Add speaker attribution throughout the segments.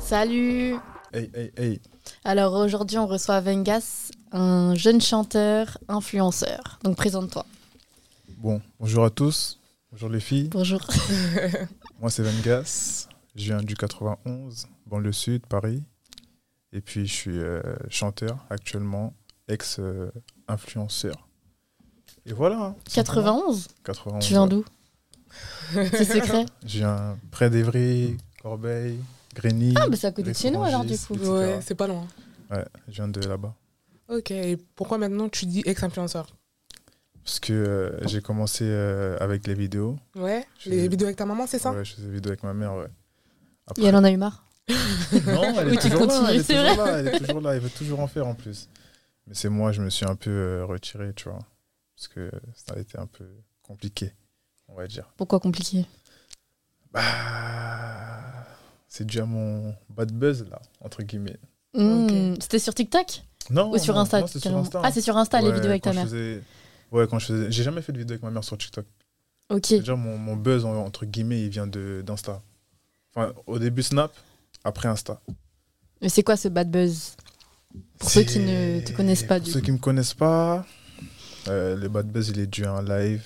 Speaker 1: Salut
Speaker 2: Hey, hey, hey.
Speaker 1: Alors aujourd'hui, on reçoit Vengas, un jeune chanteur, influenceur. Donc présente-toi.
Speaker 2: Bon, bonjour à tous. Bonjour les filles.
Speaker 1: Bonjour.
Speaker 2: Moi, c'est Vengas. Je viens du 91, banlieue sud, Paris. Et puis, je suis euh, chanteur actuellement, ex-influenceur. Et voilà. hein, tout simplement.
Speaker 1: 91
Speaker 2: 91.
Speaker 1: Tu viens
Speaker 2: ouais.
Speaker 1: d'où C'est secret
Speaker 2: Je viens près d'Evry, Corbeil, Grigny.
Speaker 1: Ah, bah c'est à côté de chez nous alors du coup.
Speaker 2: Etc.
Speaker 3: Ouais, c'est pas loin.
Speaker 2: Ouais, je viens de là-bas.
Speaker 3: Ok, et pourquoi maintenant tu dis ex-influenceur
Speaker 2: Parce que euh, j'ai commencé euh, avec les vidéos.
Speaker 3: Ouais,
Speaker 2: Je-
Speaker 3: les vidéos avec ta maman, c'est ça
Speaker 2: Ouais, je faisais des vidéos avec ma mère, ouais.
Speaker 1: Et elle en a eu marre.
Speaker 2: Non, elle
Speaker 1: Oui,
Speaker 2: est
Speaker 1: tu
Speaker 2: toujours là,
Speaker 1: continues,
Speaker 2: elle est
Speaker 1: c'est
Speaker 2: toujours là, elle est toujours là, elle veut toujours en faire en plus. Mais c'est moi, je me suis un peu euh, retiré, tu vois, parce que ça a été un peu compliqué, on va dire.
Speaker 1: Pourquoi compliqué
Speaker 2: Bah, c'est dû à mon bad buzz là, entre guillemets.
Speaker 1: Hmm, C'était sur TikTok
Speaker 2: Non,
Speaker 1: Ou sur
Speaker 2: non,
Speaker 1: Insta,
Speaker 2: non, c'est sur
Speaker 1: carrément
Speaker 2: Insta. hein.
Speaker 1: Ah, c'est sur Insta les
Speaker 2: Ouais,
Speaker 1: vidéos avec
Speaker 2: quand
Speaker 1: ta
Speaker 2: je
Speaker 1: mère.
Speaker 2: faisais- Ouais, quand je faisais, j'ai jamais fait de vidéo avec ma mère sur TikTok.
Speaker 1: Ok.
Speaker 2: Déjà, mon, mon buzz en- entre guillemets, il vient de d'Insta. Enfin, au début Snap, après Insta.
Speaker 1: Mais c'est quoi ce bad buzz Pour ceux qui ne
Speaker 2: C'est-
Speaker 1: te connaissent pas,
Speaker 2: Pour
Speaker 1: du
Speaker 2: ceux qui me connaissent pas, euh, le bad buzz, il est dû à un live.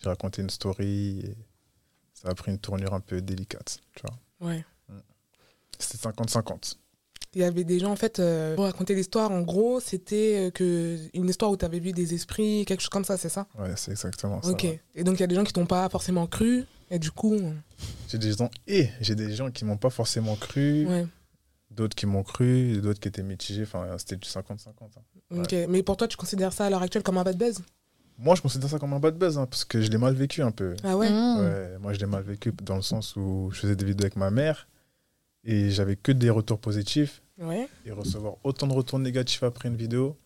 Speaker 2: J'ai raconté une story et ça a pris une tournure un peu délicate, tu vois.
Speaker 3: Ouais.
Speaker 2: C'était 50-50.
Speaker 3: Il y avait des gens, en fait, euh, pour raconter l'histoire, en gros, c'était euh, que une histoire où tu avais vu des esprits, quelque chose comme ça, c'est ça
Speaker 2: Ouais, c'est exactement ça.
Speaker 3: Ok.
Speaker 2: ouais.
Speaker 3: Et donc, il y a des gens qui t'ont pas forcément cru, et du coup,
Speaker 2: Mm.
Speaker 3: euh,
Speaker 2: J'ai des gens et j'ai des gens qui m'ont pas forcément cru,
Speaker 3: ouais.
Speaker 2: d'autres qui m'ont cru, et d'autres qui étaient mitigés, enfin c'était du 50-50. hein.
Speaker 3: Ok. Mais pour toi, tu considères ça à l'heure actuelle comme un bad buzz
Speaker 2: Moi, je considère ça comme un bad buzz hein, parce que je l'ai mal vécu un peu.
Speaker 3: Ah ouais
Speaker 1: Hmm.
Speaker 2: Ouais, moi, je l'ai mal vécu dans le sens où je faisais des vidéos avec ma mère et j'avais que des retours positifs.
Speaker 3: Ouais.
Speaker 2: et recevoir autant de retours négatifs après une vidéo,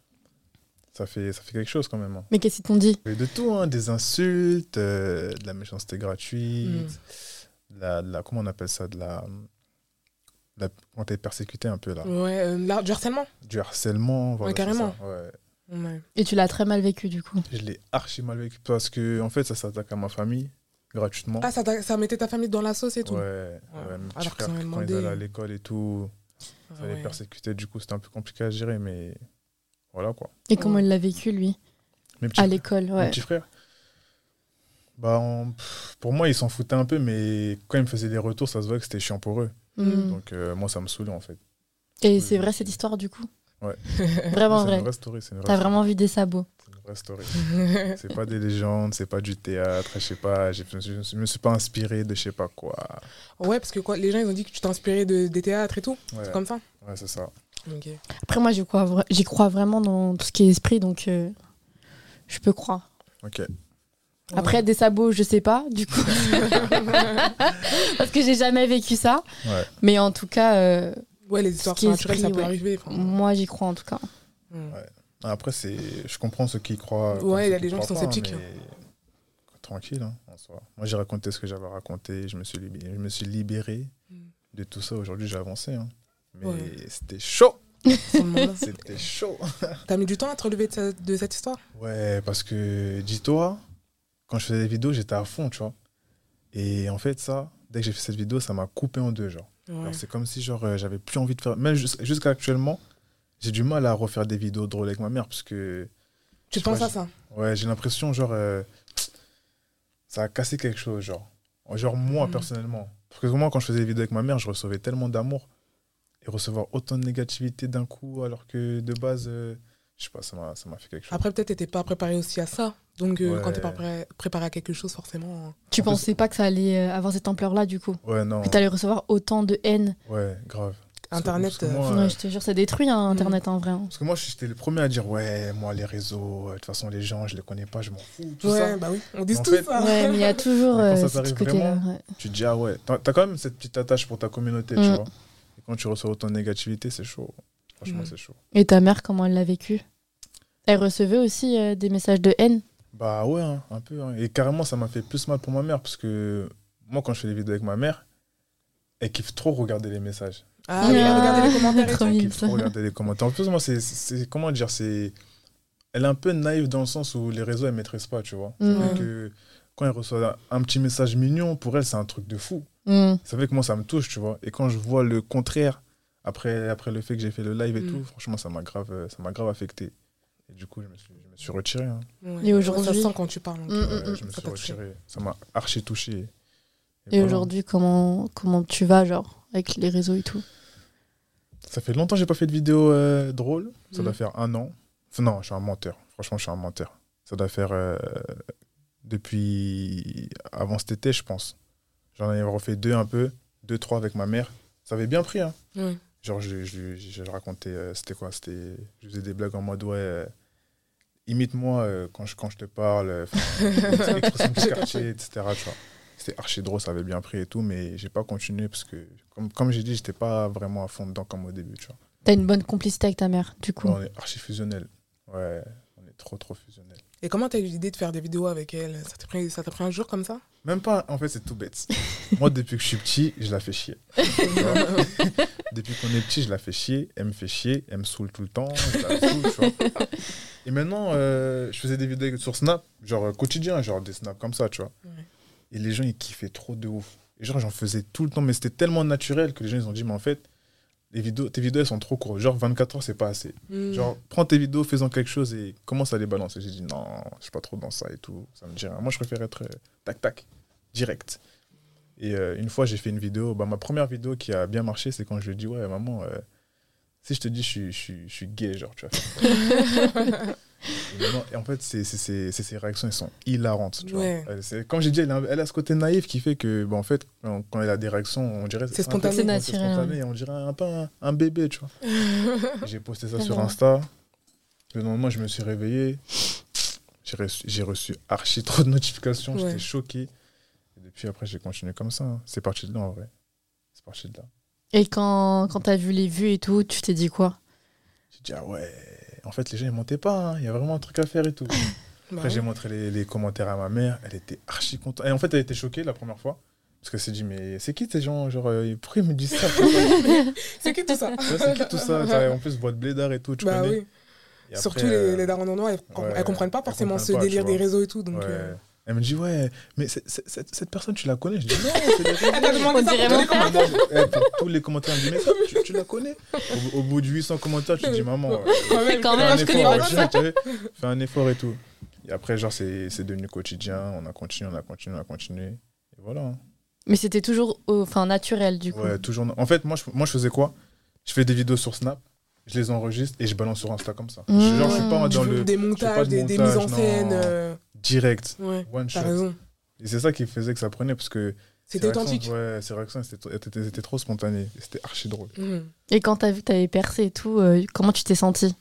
Speaker 2: ça fait, ça fait quelque chose quand même. hein.
Speaker 1: Mais qu'est-ce qu'ils t'ont dit
Speaker 2: Il y a eu de tout, hein, des insultes, euh, de la méchanceté gratuite,
Speaker 3: Mm.
Speaker 2: de la, de la- comment on appelle ça, de la, de la- quand t'es persécuté un peu là,
Speaker 3: Ouais, euh, l'art du harcèlement
Speaker 2: du harcèlement,
Speaker 3: Ouais,
Speaker 2: voilà, c'est
Speaker 3: carrément.
Speaker 2: ça, ouais.
Speaker 3: Ouais.
Speaker 1: Et tu l'as très mal vécu du coup.
Speaker 2: Je l'ai archi mal vécu parce que en fait ça s'attaque à ma famille gratuitement.
Speaker 3: Ah, ça, t'a- ça mettait ta famille dans la sauce et tout
Speaker 2: ouais, ouais, mes petits
Speaker 3: Alors qu'ils
Speaker 2: frères,
Speaker 3: ont
Speaker 2: quand ils
Speaker 3: demandé.
Speaker 2: allaient à l'école et tout,
Speaker 3: Ah
Speaker 2: ça les
Speaker 3: ouais.
Speaker 2: persécutait, du coup c'était un peu compliqué à gérer, mais voilà quoi.
Speaker 1: Et comment
Speaker 3: Ouais.
Speaker 1: il l'a vécu lui
Speaker 2: Mes petits
Speaker 1: À
Speaker 2: frères-
Speaker 1: l'école,
Speaker 2: Mon
Speaker 1: ouais.
Speaker 2: petit frère bah, on- pff, Pour moi, ils s'en foutaient un peu, mais quand ils me faisaient des retours, ça se voit que c'était chiant pour eux.
Speaker 1: Hmm.
Speaker 2: Donc, euh, moi, ça me saoulait en fait.
Speaker 1: Et
Speaker 2: Oui,
Speaker 1: c'est
Speaker 2: oui,
Speaker 1: vrai
Speaker 2: oui.
Speaker 1: cette histoire du coup
Speaker 2: Ouais.
Speaker 1: Vraiment
Speaker 2: C'est
Speaker 1: vrai.
Speaker 2: une vraie story. C'est une, vraie
Speaker 1: T'as
Speaker 2: story,
Speaker 1: vraiment vu des sabots.
Speaker 2: c'est une vraie story. C'est pas des légendes, c'est pas du théâtre, je sais pas. j'ai- Je me suis- me suis pas inspiré de je sais pas quoi.
Speaker 3: Ouais, parce que quoi, les gens, ils ont dit que tu t'inspirais de, des théâtres et tout.
Speaker 2: Ouais,
Speaker 3: C'est comme ça
Speaker 2: ouais, c'est ça.
Speaker 3: Ok.
Speaker 1: Après moi j'y crois, vra- j'y crois vraiment dans tout ce qui est esprit donc euh, je peux croire.
Speaker 2: Ok.
Speaker 1: Après des sabots je sais pas du coup parce que j'ai jamais vécu ça.
Speaker 2: Ouais.
Speaker 1: mais en tout cas euh,
Speaker 3: Ouais, les histoires
Speaker 1: Ce qui est
Speaker 3: naturelles, ça peut
Speaker 1: esprit, ouais.
Speaker 3: arriver. enfin.
Speaker 1: moi j'y crois en tout cas.
Speaker 3: Mm.
Speaker 2: Après, c'est... je comprends ceux qui y croient. comme
Speaker 3: Ouais, il y
Speaker 2: ceux
Speaker 3: a
Speaker 2: qui
Speaker 3: des gens qui
Speaker 2: croient
Speaker 3: sont
Speaker 2: pas,
Speaker 3: sceptiques.
Speaker 2: mais Tranquille, hein, en soi. Moi, j'ai raconté ce que j'avais raconté. Je me suis libéré, je me suis libéré
Speaker 3: Mm.
Speaker 2: de tout ça. Aujourd'hui, j'ai avancé. hein. Mais
Speaker 3: Ouais.
Speaker 2: c'était chaud.
Speaker 3: Sur le moment.
Speaker 2: C'était chaud.
Speaker 3: T'as mis du temps à te relever de, ce- de cette histoire
Speaker 2: Ouais, parce que dis-toi, quand je faisais des vidéos, j'étais à fond, tu vois. Et en fait, ça, dès que j'ai fait cette vidéo, ça m'a coupé en deux, genre.
Speaker 3: Ouais.
Speaker 2: Alors, c'est comme si, genre, euh, j'avais plus envie de faire. Même jus- jusqu'à actuellement, j'ai du mal à refaire des vidéos drôles avec ma mère, parce que,
Speaker 3: Tu
Speaker 2: je sais
Speaker 3: penses
Speaker 2: pas,
Speaker 3: à ça
Speaker 2: ouais, j'ai l'impression, genre, euh, ça a cassé quelque chose, genre. Genre, moi,
Speaker 3: Mm.
Speaker 2: personnellement. Parce que moi, quand je faisais des vidéos avec ma mère, je recevais tellement d'amour. Et recevoir autant de négativité d'un coup, alors que de base, euh, je sais pas, ça m'a ça m'a fait quelque chose.
Speaker 3: Après, peut-être t'étais pas préparé aussi à ça. Donc, euh,
Speaker 2: Ouais.
Speaker 3: quand t'es pas pré- préparé à quelque chose, forcément. hein.
Speaker 1: Tu
Speaker 2: En plus-
Speaker 1: pensais pas que ça allait euh, avoir cette ampleur là du coup
Speaker 3: Ah
Speaker 2: Ouais, non.
Speaker 1: que t'allais recevoir autant de haine.
Speaker 2: Ouais, grave. Parce que-
Speaker 3: Internet.
Speaker 2: parce que
Speaker 3: euh,
Speaker 2: moi,
Speaker 1: Ouais,
Speaker 2: euh,
Speaker 1: je te jure ça détruit hein,
Speaker 2: Mm.
Speaker 1: internet en vrai.
Speaker 2: Parce que moi, j'étais le premier à dire Ouais, moi, les réseaux, euh, de toute façon, les gens, je les connais pas, je m'en fous, tout
Speaker 3: ouais,
Speaker 2: ça.
Speaker 3: bah oui, on dit
Speaker 2: En
Speaker 3: tout
Speaker 2: fait-
Speaker 3: ça.
Speaker 1: Ouais mais il y a toujours
Speaker 2: Mais quand
Speaker 1: euh,
Speaker 2: ça
Speaker 1: ce petit
Speaker 2: t'arrive
Speaker 1: côté là.
Speaker 2: vraiment, Tu te dis Ah ouais, t'as t'as quand même cette petite attache pour ta communauté, tu
Speaker 1: Mm.
Speaker 2: vois. Et quand tu reçois autant de négativité, c'est chaud. Franchement,
Speaker 3: Mm.
Speaker 2: c'est chaud.
Speaker 1: Et ta mère comment elle l'a vécu Elle recevait aussi euh, des messages de haine.
Speaker 2: Bah ouais, hein, un peu. hein. Et carrément, ça m'a fait plus mal pour ma mère, parce que moi, quand je fais des vidéos avec ma mère, elle kiffe trop regarder les messages.
Speaker 3: Ah, mais
Speaker 1: Ah.
Speaker 3: regardez les commentaires. et
Speaker 1: Trop
Speaker 3: tout.
Speaker 2: Elle
Speaker 1: mignon.
Speaker 2: kiffe trop regarder les commentaires. En plus, moi, c'est- c'est. Comment dire c'est Elle est un peu naïve dans le sens où les réseaux, elle maîtrise pas, tu vois.
Speaker 1: Mm.
Speaker 2: Donc, euh, quand elle reçoit un petit message mignon, pour elle, c'est un truc de fou.
Speaker 1: Mm.
Speaker 2: Ça fait que moi, ça me touche, tu vois. Et quand je vois le contraire, Après, après le fait que j'ai fait le live et
Speaker 3: Mm.
Speaker 2: tout, franchement, ça m'a grave, euh, ça m'a grave affecté. Et du coup, je me suis, je me suis retiré. hein.
Speaker 3: Ouais.
Speaker 1: Et
Speaker 3: Ça se
Speaker 1: aujourd'hui
Speaker 3: sent quand tu parles. donc,
Speaker 1: Mm,
Speaker 3: euh,
Speaker 2: Ouais,
Speaker 1: mm, mm.
Speaker 2: je me
Speaker 3: Ça
Speaker 2: suis
Speaker 3: t'a touché.
Speaker 2: retiré. Ça m'a archi touché. Et,
Speaker 1: Et
Speaker 2: voilà.
Speaker 1: aujourd'hui, comment, comment tu vas, genre, avec les réseaux et tout
Speaker 2: Ça fait longtemps que j'ai pas fait de vidéo euh, drôle. Ça
Speaker 3: Mm.
Speaker 2: doit faire un an. Enfin, non, je suis un menteur. Franchement, je suis un menteur. Ça doit faire euh, depuis avant cet été, je pense. J'en avais refait deux un peu, deux, trois avec ma mère. Ça avait bien pris, hein.
Speaker 3: Ouais.
Speaker 2: Genre, je, je, je- je racontais, euh, c'était quoi C'était, je faisais des blagues en mode, ouais, euh, imite-moi euh, quand, je, quand je te parle, euh, enfin, des expressions du quartier, etc. tu vois. C'était archi drôle, ça avait bien pris et tout, mais j'ai pas continué parce que, comme, comme j'ai dit, j'étais pas vraiment à fond dedans comme au début, tu vois.
Speaker 1: T'as une bonne complicité avec ta mère, du coup.
Speaker 2: Mais on est archi fusionnel. Ouais, on est trop, trop fusionnel.
Speaker 3: Et comment t'as eu l'idée de faire des vidéos avec elle Ça t'a pris, ça t'a pris un jour comme ça
Speaker 2: Même pas, en fait, c'est tout bête. Moi, depuis que je suis petit, je la fais chier. Tu vois depuis qu'on est petit, je la fais chier. Elle me fait chier. Elle me saoule tout le temps. Je la saoule, tu vois. Et maintenant, euh, je faisais des vidéos sur Snap, genre euh, quotidien, genre des snaps comme ça, tu vois.
Speaker 3: Ouais.
Speaker 2: Et les gens, ils kiffaient trop de ouf. Et genre, j'en faisais tout le temps, mais c'était tellement naturel que les gens, ils ont dit, mais en fait, les vidéos, tes vidéos, elles sont trop courtes. Genre, 24 heures, c'est pas assez.
Speaker 3: Mm.
Speaker 2: Genre, prends tes vidéos, fais-en quelque chose et commence à les balancer. J'ai dit non, je suis pas trop dans ça et tout. Ça me dit rien. Moi, je préfère être euh, tac tac, direct. Et euh, une fois, j'ai fait une vidéo. Bah, ma première vidéo qui a bien marché, c'est quand je lui ai dit Ouais, maman, euh, si je te dis je suis, je suis, je suis gay, genre, tu vois. et, maman- et en fait, c'est c'est- c'est- c'est- ses réactions, elles sont hilarantes. Tu
Speaker 3: Ouais.
Speaker 2: vois. Elle- c'est- Comme j'ai dit, elle a, elle a ce côté naïf qui fait que, bah, en fait, quand, quand elle a des réactions, on dirait
Speaker 3: C'est
Speaker 2: un peu-
Speaker 3: spontané.
Speaker 2: c'est
Speaker 1: naturel, ouais.
Speaker 2: spontané, On dirait un peu un, un bébé, tu vois. Et J'ai posté ça sur
Speaker 1: Vraiment.
Speaker 2: Insta. Le lendemain, je me suis réveillé. J'ai reçu, j'ai reçu archi trop de notifications.
Speaker 3: Ouais.
Speaker 2: J'étais choqué. Et depuis, après, j'ai continué comme ça. hein. C'est parti de là, en vrai. C'est parti de là.
Speaker 1: Et quand, quand t'as vu les vues et tout, tu t'es dit quoi
Speaker 2: J'ai dit, ah ouais, en fait, les gens, ils montaient pas. hein. Il y a vraiment un truc à faire et tout.
Speaker 3: Bah
Speaker 2: Après, j'ai
Speaker 3: ouais.
Speaker 2: montré les, les commentaires à ma mère. Elle était archi contente. Et en fait, elle était choquée la première fois. Parce qu'elle s'est dit, mais c'est qui ces gens Genre, euh, pourquoi ils me disent ça Tu
Speaker 3: C'est qui tout ça
Speaker 2: vois, C'est qui tout ça T'as- En plus, boîte blédard et tout, tu
Speaker 3: Bah
Speaker 2: connais.
Speaker 3: oui.
Speaker 2: Et après,
Speaker 3: Surtout les,
Speaker 2: euh,
Speaker 3: les darons en noir, elles, com-
Speaker 2: ouais,
Speaker 3: elles comprennent pas
Speaker 2: elles
Speaker 3: forcément
Speaker 2: comprennent
Speaker 3: ce
Speaker 2: pas, tu
Speaker 3: délire des
Speaker 2: vois.
Speaker 3: réseaux et tout. Donc,
Speaker 2: Ouais.
Speaker 3: euh,
Speaker 2: Elle me dit, ouais, mais c'est- c'est- cette cette personne, tu la connais Je dis, non, c'est des
Speaker 3: Elle t'a demandé
Speaker 1: On
Speaker 3: ça
Speaker 1: dirait
Speaker 3: pour
Speaker 1: vraiment-
Speaker 3: les commentaires.
Speaker 2: commentaires. Eh, pour tous les commentaires, elle me dit, mais ça, tu, tu la connais au, au bout de 800 commentaires, tu te dis, maman, euh,
Speaker 3: Quand même,
Speaker 1: Quand
Speaker 2: fais
Speaker 1: même,
Speaker 2: un
Speaker 1: je
Speaker 2: effort,
Speaker 1: connais pas
Speaker 2: tu vois, tu vois, fais un effort et tout. Et après, genre, c'est c'est devenu quotidien, on a continué, on a continué, on a continué. Et voilà. hein.
Speaker 1: Mais c'était toujours euh, enfin naturel, du coup.
Speaker 2: Ouais, toujours. En fait, moi, je, moi, je faisais quoi Je fais des vidéos sur Snap, je les enregistre et je balance sur Insta comme ça.
Speaker 1: Mmh.
Speaker 2: Genre, je suis pas
Speaker 3: Tu
Speaker 2: dans
Speaker 3: veux
Speaker 2: le
Speaker 3: des montages, des, des mises en
Speaker 2: montage,
Speaker 3: scène.
Speaker 2: non.
Speaker 3: euh,
Speaker 2: direct,
Speaker 3: ouais,
Speaker 2: one
Speaker 3: t'as
Speaker 2: shot.
Speaker 3: raison.
Speaker 2: Et c'est ça qui faisait que ça prenait parce que
Speaker 3: C'était
Speaker 2: Ses réactions,
Speaker 3: authentique.
Speaker 2: Ouais, ses réactions c'était- c'était c'était trop spontané. C'était archi drôle.
Speaker 3: Mhm.
Speaker 1: Et quand t'as vu que t'avais percé et tout, euh, comment tu t'es senti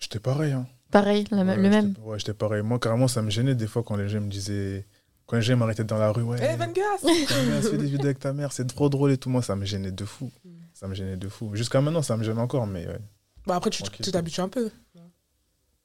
Speaker 2: J'étais pareil. Hein.
Speaker 1: Pareil, la
Speaker 2: Ouais,
Speaker 1: Ah, même- le
Speaker 2: j'étais-
Speaker 1: même.
Speaker 2: Ouais, j'étais pareil. Moi, carrément, ça me gênait des fois quand les gens me disaient. Quand les gens m'arrêtaient dans la rue, ouais.
Speaker 3: Eh, Van Gass
Speaker 2: Vas-y, fais des vidéos avec ta mère, c'est trop drôle et tout. Moi, ça me gênait de fou.
Speaker 3: Mm.
Speaker 2: Ça me gênait de fou. Jusqu'à maintenant, ça me gêne encore, mais ouais.
Speaker 3: Bah après, tu
Speaker 2: Tranquille.
Speaker 3: tu t'habitues un peu.